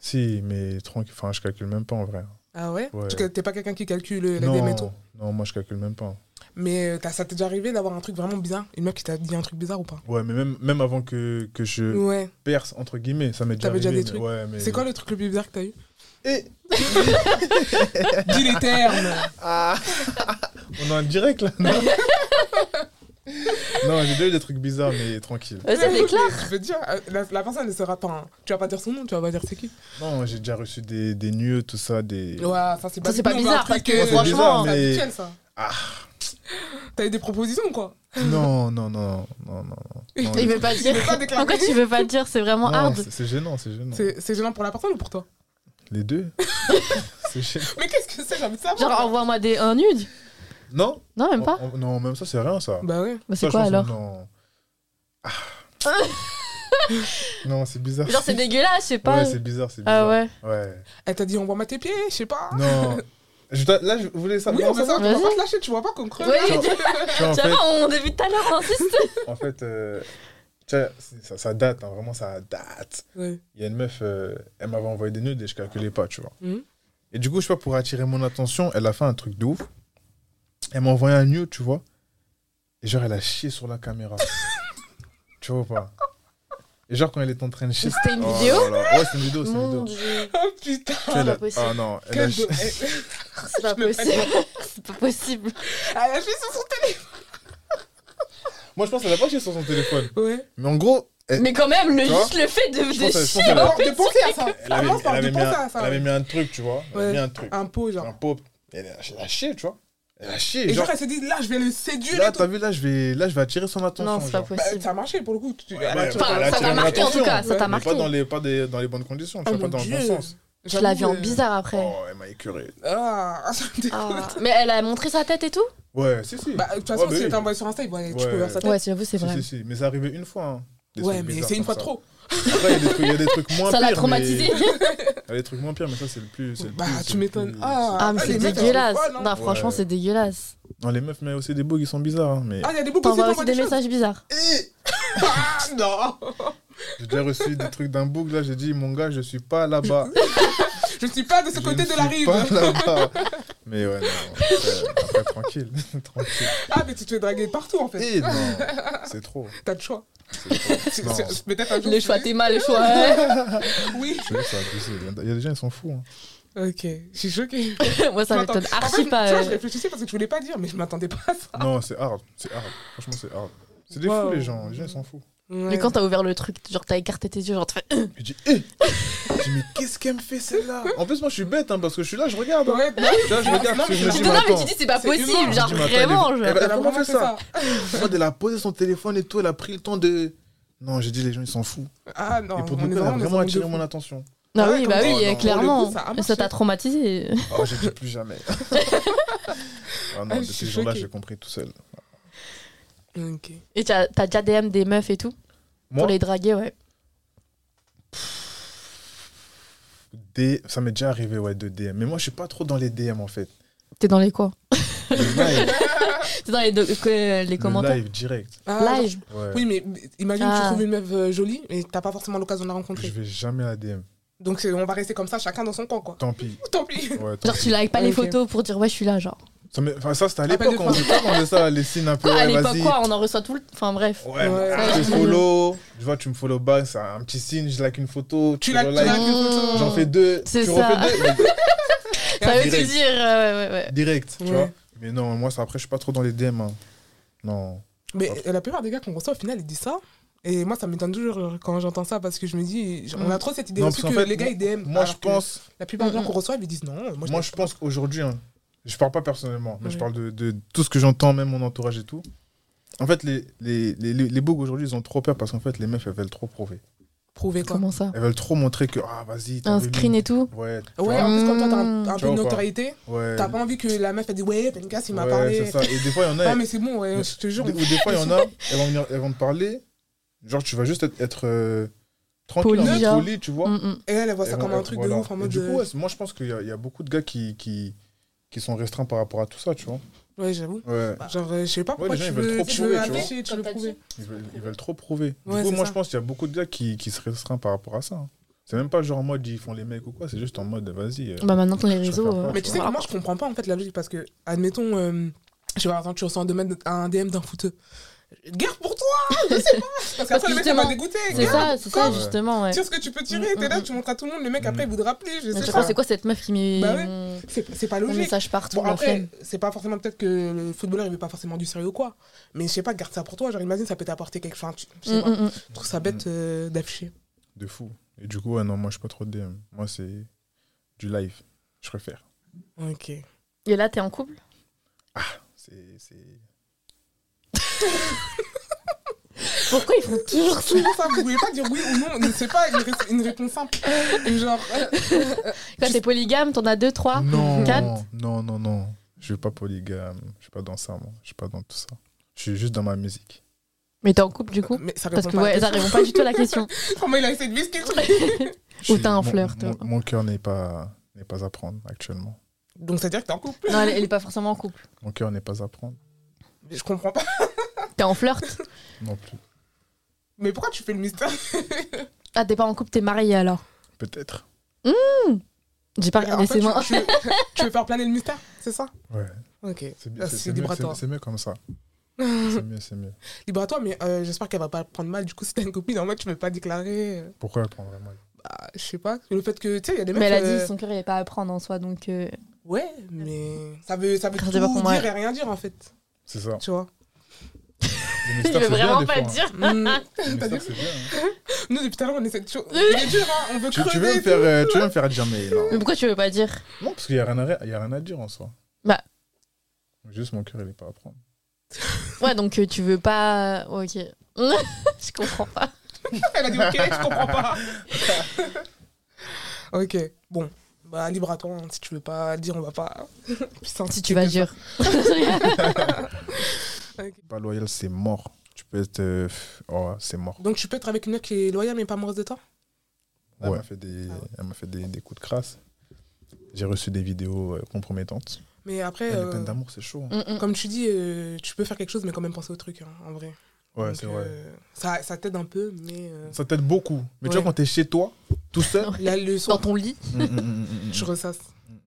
Speaker 2: Si, mais tranquille. Enfin, je calcule même pas en vrai.
Speaker 3: Ah ouais,
Speaker 2: Ouais.
Speaker 3: Parce que t'es pas quelqu'un qui calcule les DM et tout.
Speaker 2: Non, non, moi, je calcule même pas.
Speaker 3: Mais euh, t'as- ça t'est déjà arrivé d'avoir un truc vraiment bizarre Une meuf qui t'a dit un truc bizarre ou pas
Speaker 2: Ouais, mais même, même avant que, que je
Speaker 3: Ouais.
Speaker 2: perce, entre guillemets, ça m'est déjà
Speaker 3: T'avais
Speaker 2: arrivé.
Speaker 3: déjà des
Speaker 2: mais-
Speaker 3: trucs
Speaker 2: ouais, Euh, mais-
Speaker 3: C'est quoi le truc le plus bizarre que t'as eu
Speaker 2: Eh,
Speaker 3: Dis les termes
Speaker 2: Ah. On est en direct, là Non, Non, j'ai déjà eu des trucs bizarres, mais tranquille.
Speaker 1: Euh, Ça déclare.
Speaker 3: Je veux dire, euh, la, la personne elle sera pas. un- Tu vas pas dire son nom, tu vas pas dire c'est qui.
Speaker 2: Non, j'ai déjà reçu des, des nœuds, tout ça, des...
Speaker 3: Ouais, ça c'est pas,
Speaker 1: c'est pas
Speaker 3: non,
Speaker 1: bizarre,
Speaker 3: un truc,
Speaker 1: parce que
Speaker 3: euh,
Speaker 2: franchement- C'est bizarre,
Speaker 3: c'est
Speaker 2: mais-
Speaker 3: habituel ça.
Speaker 2: Ah.
Speaker 3: T'as eu des propositions quoi
Speaker 2: Non, non, non, non, non, non. non,
Speaker 1: Il veut pas dire.
Speaker 3: Tu veux pas déclarer
Speaker 1: Pourquoi tu veux pas dire C'est vraiment
Speaker 2: Non,
Speaker 1: hard.
Speaker 2: c'est- C'est gênant, c'est gênant.
Speaker 3: C'est c'est gênant pour la personne ou pour toi
Speaker 2: Les deux C'est gênant.
Speaker 3: Mais qu'est-ce que c'est J'ai envie de savoir.
Speaker 1: Genre envoie-moi des un nude.
Speaker 2: Non
Speaker 1: Non même pas.
Speaker 2: On- on- Non, même Oh, ça, c'est rien, ça.
Speaker 3: Bah ouais.
Speaker 1: Bah,
Speaker 2: Ça,
Speaker 1: c'est
Speaker 2: je
Speaker 1: quoi
Speaker 2: pense que
Speaker 1: alors
Speaker 2: Non. Ah. non, c'est bizarre.
Speaker 1: Genre c'est dégueulasse, je sais pas.
Speaker 2: Ouais, c'est bizarre, c'est bizarre.
Speaker 1: Ah ouais.
Speaker 2: Ouais.
Speaker 3: Elle t'a dit envoie-moi tes pieds, je sais pas.
Speaker 2: Non. Je dois- là, je voulais
Speaker 3: Oui,
Speaker 2: savoir.
Speaker 3: mais ça, tu vas
Speaker 1: Vas-y.
Speaker 3: pas te lâcher, tu vois pas qu'on creuse.
Speaker 1: Oui,
Speaker 3: là.
Speaker 1: tu
Speaker 2: Tu vois, en
Speaker 1: tu
Speaker 2: fait,
Speaker 1: vois, on débute tout à l'heure, on insiste.
Speaker 2: en fait euh, tu vois, c'est- ça, ça date, hein, vraiment, ça date.
Speaker 3: Ouais.
Speaker 2: Il y a une meuf, euh, elle m'avait envoyé des nudes et je calculais pas, tu vois.
Speaker 3: Mhm.
Speaker 2: Et du coup, je sais pas, pour attirer mon attention, elle a fait un truc de ouf. Elle m'a envoyé un nude, tu vois. Et genre, elle a chié sur la caméra. tu vois ou pas Et genre, quand elle est en train de chier.
Speaker 1: C'était une
Speaker 2: Oh
Speaker 1: vidéo.
Speaker 2: là là. Ouais, c'est une vidéo, c'est une
Speaker 1: Mon
Speaker 2: vidéo.
Speaker 1: dieu,
Speaker 3: Ah putain.
Speaker 2: Tu vois, elle a-
Speaker 1: pas possible.
Speaker 2: Ah non, elle a
Speaker 3: Quel
Speaker 2: chié.
Speaker 3: do- Elle
Speaker 1: c'est pas
Speaker 3: Je me
Speaker 1: possible. C'est pas possible.
Speaker 3: elle a fait sur son
Speaker 2: Moi, je pense qu'elle a pas chié sur son téléphone.
Speaker 3: téléphone. Ouais.
Speaker 2: Mais en gros, elle,
Speaker 1: Mais quand même, le,
Speaker 2: Tu vois
Speaker 1: juste le fait de,
Speaker 2: Je
Speaker 1: de
Speaker 2: pense que- je pense
Speaker 1: chier
Speaker 2: qu'elle
Speaker 1: en
Speaker 2: a-
Speaker 1: fait.
Speaker 3: de penser à ça.
Speaker 2: elle avait,
Speaker 3: Vraiment, ça,
Speaker 2: elle avait
Speaker 3: de
Speaker 2: mis
Speaker 3: penser
Speaker 2: un,
Speaker 3: à ça,
Speaker 2: elle avait
Speaker 3: ouais.
Speaker 2: mis un truc, tu vois. Elle
Speaker 3: Ouais. Ah.
Speaker 2: avait mis un truc.
Speaker 3: Un pot, genre.
Speaker 2: un pauvre. Elle a, elle a chié, tu vois. Elle a chié.
Speaker 3: Et
Speaker 2: genre,
Speaker 3: genre, elle s'est dit, là, je vais le séduire
Speaker 2: là,
Speaker 3: et tout.
Speaker 2: t'as vu, là je, vais, là, je vais attirer son attention.
Speaker 1: Non, c'est pas
Speaker 2: genre.
Speaker 3: Bah,
Speaker 1: possible.
Speaker 3: ça a marché pour le coup. Tu-
Speaker 2: Ouais,
Speaker 3: elle a
Speaker 2: ouais,
Speaker 3: tiré-
Speaker 1: Enfin,
Speaker 2: elle a
Speaker 1: ça
Speaker 2: attiré
Speaker 1: t'a
Speaker 2: mon
Speaker 1: marqué, en tout
Speaker 2: attention,
Speaker 1: cas, ça t'a
Speaker 2: mais
Speaker 1: marqué.
Speaker 2: Pas dans les, pas des- dans les bonnes conditions, tu
Speaker 3: Oh
Speaker 2: vois, pas
Speaker 3: mon
Speaker 2: dans le bon
Speaker 3: Dieu.
Speaker 2: sens.
Speaker 1: Je la vis en
Speaker 3: J'avoue, euh,
Speaker 1: bizarre après.
Speaker 2: Oh, elle m'a écœuré.
Speaker 3: Ah, ça me
Speaker 1: Ah.
Speaker 3: dégoûte.
Speaker 1: Mais elle a montré sa tête et tout
Speaker 2: Ouais, si, si.
Speaker 3: Bah, de toute
Speaker 2: Ouais,
Speaker 3: façon,
Speaker 2: bah
Speaker 3: si
Speaker 2: oui.
Speaker 3: elle t'envoie sur Insta, il voit, tu
Speaker 2: Ouais.
Speaker 3: peux voir sa tête.
Speaker 1: Ouais, j'avoue, c'est
Speaker 2: Si,
Speaker 1: vrai.
Speaker 2: si, si. Mais ça arrivait une fois. hein. Des
Speaker 3: Ouais,
Speaker 2: trucs
Speaker 3: mais
Speaker 2: bizarres
Speaker 3: c'est une fois
Speaker 2: comme ça.
Speaker 3: trop.
Speaker 2: Après, il y a des trucs- il y a des trucs moins
Speaker 1: Ça l'a
Speaker 2: pires, mais-
Speaker 1: traumatisée.
Speaker 2: Il y a des trucs moins pires, mais ça, c'est le plus. c'est le
Speaker 3: Bah,
Speaker 2: plus, c'est
Speaker 3: tu
Speaker 2: le
Speaker 3: m'étonnes.
Speaker 2: plus-
Speaker 3: Ah,
Speaker 1: Ah, mais
Speaker 3: ah,
Speaker 1: c'est
Speaker 3: les mecs, elles sont
Speaker 1: dégueulasse.
Speaker 3: folles, hein.
Speaker 1: Non, franchement,
Speaker 2: Ouais.
Speaker 1: c'est dégueulasse.
Speaker 2: Non, les meufs, mais aussi des bugs, ils sont bizarres. hein, Mais...
Speaker 3: Ah, il y a des beaux
Speaker 1: T'envoies
Speaker 3: positions,
Speaker 1: aussi des messages bizarres.
Speaker 2: Eh
Speaker 3: Ah non
Speaker 2: J'ai déjà reçu des trucs d'un bouc là, j'ai dit mon gars, je suis pas là-bas.
Speaker 3: Je ne suis pas de ce
Speaker 2: Je
Speaker 3: côté
Speaker 2: ne
Speaker 3: de la
Speaker 2: suis
Speaker 3: rive.
Speaker 2: Pas là-bas. Mais ouais, non. après- après, tranquille, tranquille.
Speaker 3: Ah, mais tu te fais draguer partout en fait.
Speaker 2: Eh non, c'est trop.
Speaker 3: T'as le choix. C'est-
Speaker 2: Non.
Speaker 3: c'est- Peut-être un jour.
Speaker 1: Les
Speaker 3: tu
Speaker 1: choix,
Speaker 3: dis-
Speaker 1: t'es mal, les choix. ouais.
Speaker 3: Oui.
Speaker 2: Je te jure, c'est abusé. Il y a des gens, ils sont fous. hein.
Speaker 3: Ok, je suis choquée.
Speaker 1: Moi, ça
Speaker 3: Attends.
Speaker 1: m'étonne
Speaker 3: En
Speaker 1: archi
Speaker 3: fait,
Speaker 1: pas.
Speaker 3: Tu vois,
Speaker 1: euh,
Speaker 3: je réfléchissais parce que je voulais pas dire, mais je m'attendais pas à ça.
Speaker 2: Non, c'est hard. C'est hard. Franchement, c'est hard. C'est des
Speaker 3: Wow.
Speaker 2: fous, les gens. Les gens, ils s'en foutent.
Speaker 1: Mais quand t'as ouvert le truc, genre t'as écarté tes yeux, genre t'as fait.
Speaker 2: Je dis, hé Je dis, mais qu'est-ce qu'elle me fait celle-là En plus, moi, je suis bête, hein, parce que je suis là, je regarde. hein.
Speaker 3: Ouais, non,
Speaker 2: Je suis là, je regarde.
Speaker 3: Non,
Speaker 2: parce que
Speaker 3: mais
Speaker 2: je me
Speaker 1: Non,
Speaker 2: dis,
Speaker 3: je-
Speaker 2: mais
Speaker 1: non, mais tu
Speaker 2: attends.
Speaker 1: dis, c'est pas
Speaker 3: c'est
Speaker 1: possible,
Speaker 3: humain.
Speaker 1: genre
Speaker 2: Je dis, mais attends, elle est-
Speaker 1: vraiment. genre.
Speaker 2: elle a
Speaker 3: elle a
Speaker 2: comment
Speaker 3: vraiment
Speaker 2: fait ça Moi, elle a posé son téléphone et tout, elle a pris le temps de. Non, j'ai dit, les gens, ils s'en foutent.
Speaker 3: Ah non,
Speaker 2: et pour
Speaker 3: on
Speaker 2: nous,
Speaker 3: est
Speaker 2: elle a
Speaker 3: vraiment,
Speaker 2: vraiment attiré
Speaker 3: attiré
Speaker 2: mon attention.
Speaker 1: Non,
Speaker 3: Ah ouais,
Speaker 1: oui,
Speaker 3: comme
Speaker 1: bah
Speaker 2: ça.
Speaker 1: oui,
Speaker 2: Oh, non.
Speaker 1: clairement.
Speaker 3: Pour le coup, ça a
Speaker 1: Ça,
Speaker 3: marché.
Speaker 1: t'a traumatisé.
Speaker 2: Oh, j'ai dit plus jamais. ah
Speaker 3: Ah,
Speaker 2: non,
Speaker 3: je
Speaker 2: de
Speaker 3: suis
Speaker 2: ces jours-là,
Speaker 3: choquée.
Speaker 2: j'ai compris tout seul.
Speaker 3: Ok.
Speaker 1: Et t'as t'as déjà DM des meufs et tout
Speaker 2: Moi,
Speaker 1: pour les draguer, ouais.
Speaker 2: des- ça m'est déjà arrivé ouais, de DM. Mais moi, je suis pas trop dans les DM en fait.
Speaker 1: T'es dans les quoi
Speaker 2: Le live,
Speaker 1: T'es dans les, do- que- euh, les
Speaker 2: le
Speaker 1: commentaires.
Speaker 2: live direct.
Speaker 3: Ah,
Speaker 1: Live.
Speaker 2: Ouais.
Speaker 3: Oui, mais imagine
Speaker 1: Ah.
Speaker 3: tu trouves une meuf euh, jolie et t'as pas forcément l'occasion de la rencontrer.
Speaker 2: Je vais jamais à DM.
Speaker 3: Donc c'est- on va rester comme ça, chacun dans son coin, quoi.
Speaker 2: Tant pis.
Speaker 3: Tant pis.
Speaker 2: Ouais, tant
Speaker 1: Genre
Speaker 2: pis.
Speaker 1: tu likes pas les
Speaker 3: Ok.
Speaker 1: photos pour dire ouais, je suis là, genre.
Speaker 2: Ça, m'est- enfin, ça, c'était à
Speaker 3: Appel
Speaker 2: l'époque.
Speaker 3: de
Speaker 2: On faisait pas on faisait ça, les signes un peu.
Speaker 1: Ah, à
Speaker 2: ouais,
Speaker 1: l'époque,
Speaker 2: vas-y.
Speaker 1: quoi, on en reçoit tout le. Enfin, bref.
Speaker 2: Ouais,
Speaker 3: Ouais.
Speaker 2: bah, je te follow. Je vois, tu me follow back. C'est un petit signe. Je like une photo.
Speaker 3: Tu
Speaker 2: Tu
Speaker 3: l'as
Speaker 2: la
Speaker 3: tu
Speaker 2: like.
Speaker 3: l'as qu'une photo.
Speaker 2: J'en fais deux.
Speaker 1: C'est
Speaker 2: tu
Speaker 1: ça.
Speaker 2: refais deux. Mais
Speaker 1: Ça veut tout
Speaker 2: Direct.
Speaker 1: dire. euh, ouais, ouais, ouais.
Speaker 2: Direct, tu
Speaker 3: Ouais.
Speaker 2: vois. Mais non, moi, ça, après, je suis pas trop dans les DM. hein. Non.
Speaker 3: Mais euh, la plupart des gars qu'on reçoit au final, ils disent ça. Et moi, ça m'étonne toujours euh, quand j'entends ça parce que je me dis, j- on a trop cette idée
Speaker 2: Non,
Speaker 3: reçue que
Speaker 2: parce qu'en fait,
Speaker 3: les gars ils DM.
Speaker 2: Moi, je
Speaker 3: alors que
Speaker 2: pense.
Speaker 3: La plupart des
Speaker 1: Mm,
Speaker 3: gens qu'on reçoit, ils lui disent non. Moi,
Speaker 2: Moi, je pense qu'aujourd'hui, hein, je parle pas personnellement, mais je
Speaker 3: Ouais.
Speaker 2: parle de, de tout ce que j'entends, même mon entourage et tout. En fait, les, les, les, les, les bougs aujourd'hui, ils ont trop peur parce qu'en fait, les meufs, elles veulent trop prouver.
Speaker 3: prouver quoi.
Speaker 1: Comment ça
Speaker 2: Elles veulent trop montrer que, ah, vas-y, t'as
Speaker 1: Un
Speaker 2: vu
Speaker 1: screen
Speaker 2: lui.
Speaker 1: et tout
Speaker 2: Ouais, tu
Speaker 3: Ouais,
Speaker 2: vois,
Speaker 3: en plus, comme toi, t'as
Speaker 1: Mm.
Speaker 3: un, un
Speaker 2: Tu
Speaker 3: peu
Speaker 2: vois
Speaker 3: de
Speaker 2: ou pas
Speaker 3: notoriété.
Speaker 2: ouais.
Speaker 3: T'as pas envie que la meuf elle dit ouais, Penkas il m'a
Speaker 2: ouais,
Speaker 3: parlé.
Speaker 2: c'est ça. Et des fois, il y en a,
Speaker 3: Ah, mais c'est bon, ouais, je te jure.
Speaker 2: des, ou des fois, il y en a, elles vont, venir, elles vont te parler. Genre, tu vas juste être, être euh, tranquille,
Speaker 1: Poli,
Speaker 2: en mode
Speaker 1: genre.
Speaker 2: poli, tu vois.
Speaker 1: Mm, mm.
Speaker 3: Et elle, elle voit ça
Speaker 2: Elles
Speaker 3: comme
Speaker 2: vont
Speaker 3: un
Speaker 2: être-
Speaker 3: truc
Speaker 2: voilà.
Speaker 3: de ouf en
Speaker 2: Et
Speaker 3: mode.
Speaker 2: Du coup,
Speaker 3: euh,
Speaker 2: ouais, moi, je pense qu'il y, a- il y a beaucoup de gars qui, qui, qui sont restreints par rapport à tout ça, tu vois.
Speaker 3: Ouais, j'avoue.
Speaker 2: Ouais.
Speaker 3: Genre, euh, je sais pas pourquoi
Speaker 2: les gens,
Speaker 3: tu
Speaker 2: ils veulent
Speaker 3: veux,
Speaker 2: trop
Speaker 3: tu
Speaker 2: prouver,
Speaker 3: veux
Speaker 2: tu vois.
Speaker 3: afficher, tu veux
Speaker 1: Comme t'as
Speaker 3: prouver.
Speaker 1: dit.
Speaker 2: Ils veulent, ils veulent trop prouver.
Speaker 3: Ouais,
Speaker 2: du coup,
Speaker 3: c'est
Speaker 2: moi,
Speaker 3: ça.
Speaker 2: je pense qu'il y a beaucoup de gars qui, qui se restreignent par rapport à ça. hein. C'est même pas genre en mode ils font les mecs ou quoi, c'est juste en mode vas-y. euh,
Speaker 1: Bah maintenant, les
Speaker 2: Je
Speaker 1: réseaux.
Speaker 2: préfère pas.
Speaker 1: euh,
Speaker 3: Mais tu sais que moi, je comprends pas en fait la logique parce que, admettons, euh, je sais pas, attends, tu reçois un, domaine, un DM d'un footeux. Guerre pour toi Je sais pas Parce qu'après, le mec, ça
Speaker 1: justement,
Speaker 3: m'a dégoûté
Speaker 1: C'est
Speaker 2: Ouais.
Speaker 1: ça, c'est ça,
Speaker 2: Ouais.
Speaker 1: justement, ouais.
Speaker 3: Tire ce que tu peux tirer,
Speaker 1: Mm,
Speaker 3: t'es
Speaker 1: mm,
Speaker 3: là,
Speaker 1: mm.
Speaker 3: tu montres à tout le monde, le mec, après, il vous rappeler, je
Speaker 1: Mais
Speaker 3: sais
Speaker 1: je
Speaker 3: pas.
Speaker 1: pense, c'est quoi cette meuf qui met
Speaker 3: Bah ouais.
Speaker 1: mon-
Speaker 3: C'est c'est pas
Speaker 1: mon
Speaker 3: logique.
Speaker 1: message partout
Speaker 3: Bon,
Speaker 1: la
Speaker 3: après,
Speaker 1: flemme.
Speaker 3: c'est pas forcément peut-être que le footballeur, il veut pas forcément du sérieux ou quoi. Mais je sais pas, garde ça pour toi. Genre, imagine, ça peut t'apporter quelque chose. Enfin, tu- Je sais pas.
Speaker 1: Mm, mm, mm.
Speaker 3: Je trouve ça bête euh, d'afficher.
Speaker 2: De fou. Et du coup, ouais, non, moi, je suis pas trop de DM. Moi, c'est du live. Je préfère.
Speaker 3: Ok.
Speaker 1: Et là, t'es en couple
Speaker 2: C'est. c'est-
Speaker 1: Pourquoi ils font toujours ça
Speaker 3: Toujours ça, vous voulez pas dire oui ou non, ne sais pas, une, ré- une réponse simple. Genre, euh,
Speaker 1: Quand t'es polygame, t'en as deux, trois
Speaker 2: non,
Speaker 1: quatre.
Speaker 2: non, non, non. Je suis pas polygame. Je suis pas dans ça, moi. Je suis pas dans tout ça. Je suis juste dans ma musique.
Speaker 1: Mais t'es en couple du coup
Speaker 3: mais ça
Speaker 1: Parce
Speaker 3: répond
Speaker 1: que
Speaker 3: pas à la
Speaker 1: ouais, ça
Speaker 3: question.
Speaker 1: répond pas du tout à la question.
Speaker 3: Comment il a essayé de visquer le truc
Speaker 2: Je
Speaker 1: Ou
Speaker 2: suis-
Speaker 1: t'as un
Speaker 2: mon-
Speaker 1: flirt, toi.
Speaker 2: Mon, mon cœur n'est pas, n'est pas à prendre actuellement.
Speaker 3: Donc ça veut dire que t'es en couple.
Speaker 1: Non, elle, elle est pas forcément en couple.
Speaker 2: Mon cœur n'est pas à prendre
Speaker 3: Je comprends pas.
Speaker 1: T'es en flirt
Speaker 2: non plus.
Speaker 3: Mais pourquoi tu fais le mystère
Speaker 1: Ah, t'es pas en couple, t'es marié alors
Speaker 2: Peut-être.
Speaker 1: J'ai pas
Speaker 3: Euh, En
Speaker 1: regardé
Speaker 3: fait,
Speaker 1: ses
Speaker 3: tu-
Speaker 1: mains.
Speaker 3: Tu, tu veux faire planer le mystère, c'est ça
Speaker 2: Ouais.
Speaker 3: Ok.
Speaker 2: C'est bien-
Speaker 3: Ah,
Speaker 2: c'est-
Speaker 3: C'est
Speaker 2: c'est mieux,
Speaker 3: libre à
Speaker 2: c'est-
Speaker 3: toi.
Speaker 2: c'est mieux comme ça. C'est mieux, c'est mieux.
Speaker 3: Libre à toi, mais euh, j'espère qu'elle va pas prendre mal. Du coup, si t'as une copine, en mode, tu veux pas déclarer. euh,
Speaker 2: Pourquoi elle prend vraiment
Speaker 3: Bah, je sais pas. Le fait que, tu sais, il y a des mecs.
Speaker 1: Mais elle a
Speaker 3: euh,
Speaker 1: dit son cœur il est pas à prendre en soi donc. euh,
Speaker 3: Ouais, mais ça veut, ça veut
Speaker 1: Je
Speaker 3: tout
Speaker 1: sais pas
Speaker 3: dire
Speaker 1: comment
Speaker 3: et rien dire, en fait.
Speaker 2: C'est ça.
Speaker 3: Tu vois
Speaker 2: Le
Speaker 1: Il
Speaker 2: mystère,
Speaker 1: veut
Speaker 2: c'est bien,
Speaker 1: vraiment
Speaker 2: des
Speaker 1: pas
Speaker 2: fois,
Speaker 1: le
Speaker 2: hein.
Speaker 1: dire.
Speaker 3: Mm.
Speaker 2: Le
Speaker 3: T'as
Speaker 2: mystère,
Speaker 3: dit-
Speaker 2: c'est bien, hein.
Speaker 3: Nous, depuis tout à l'heure, on essaie de. cho- Il est dur, hein, on veut
Speaker 2: Tu,
Speaker 3: crever.
Speaker 2: tu veux me
Speaker 3: et
Speaker 2: faire, euh, tu veux me faire dire, mais non.
Speaker 1: Mais pourquoi tu veux pas dire
Speaker 2: Non, parce qu'il n'y a, rien à- il y a rien à dire en soi.
Speaker 1: Bah.
Speaker 2: Juste mon cœur, il n'est pas à prendre.
Speaker 1: Ouais, donc euh, tu veux pas. ouais, Ok. Je comprends pas.
Speaker 3: Elle a dit ok, je comprends pas. ok, bon. Bah, libre à toi, hein. si tu veux pas dire, on va pas. Putain,
Speaker 1: Si tu vas dire.
Speaker 3: Ok.
Speaker 2: Pas loyal, c'est mort. Tu peux être. euh, Oh, c'est mort.
Speaker 3: Donc, tu peux être avec une meuf qui est loyale mais pas amoureuse de toi
Speaker 2: Elle m'a fait, des,
Speaker 3: Ah ouais.
Speaker 2: elle m'a fait des, des coups de crasse. J'ai reçu des vidéos euh, compromettantes.
Speaker 3: Mais après,
Speaker 2: Et les
Speaker 3: euh,
Speaker 2: peines d'amour, c'est chaud. hein.
Speaker 1: Mm, mm.
Speaker 3: comme tu dis, euh, tu peux faire quelque chose, mais quand même penser au truc, hein, en vrai.
Speaker 2: Ouais,
Speaker 3: Donc,
Speaker 2: c'est vrai.
Speaker 3: euh, ça ça t'aide un peu, mais euh,
Speaker 2: Ça t'aide beaucoup. Mais tu
Speaker 3: Ouais.
Speaker 2: vois, quand t'es chez toi, tout seul.
Speaker 3: la leçon,
Speaker 1: Dans ton lit
Speaker 2: Mm, mm, mm, mm, mm.
Speaker 3: je ressasse.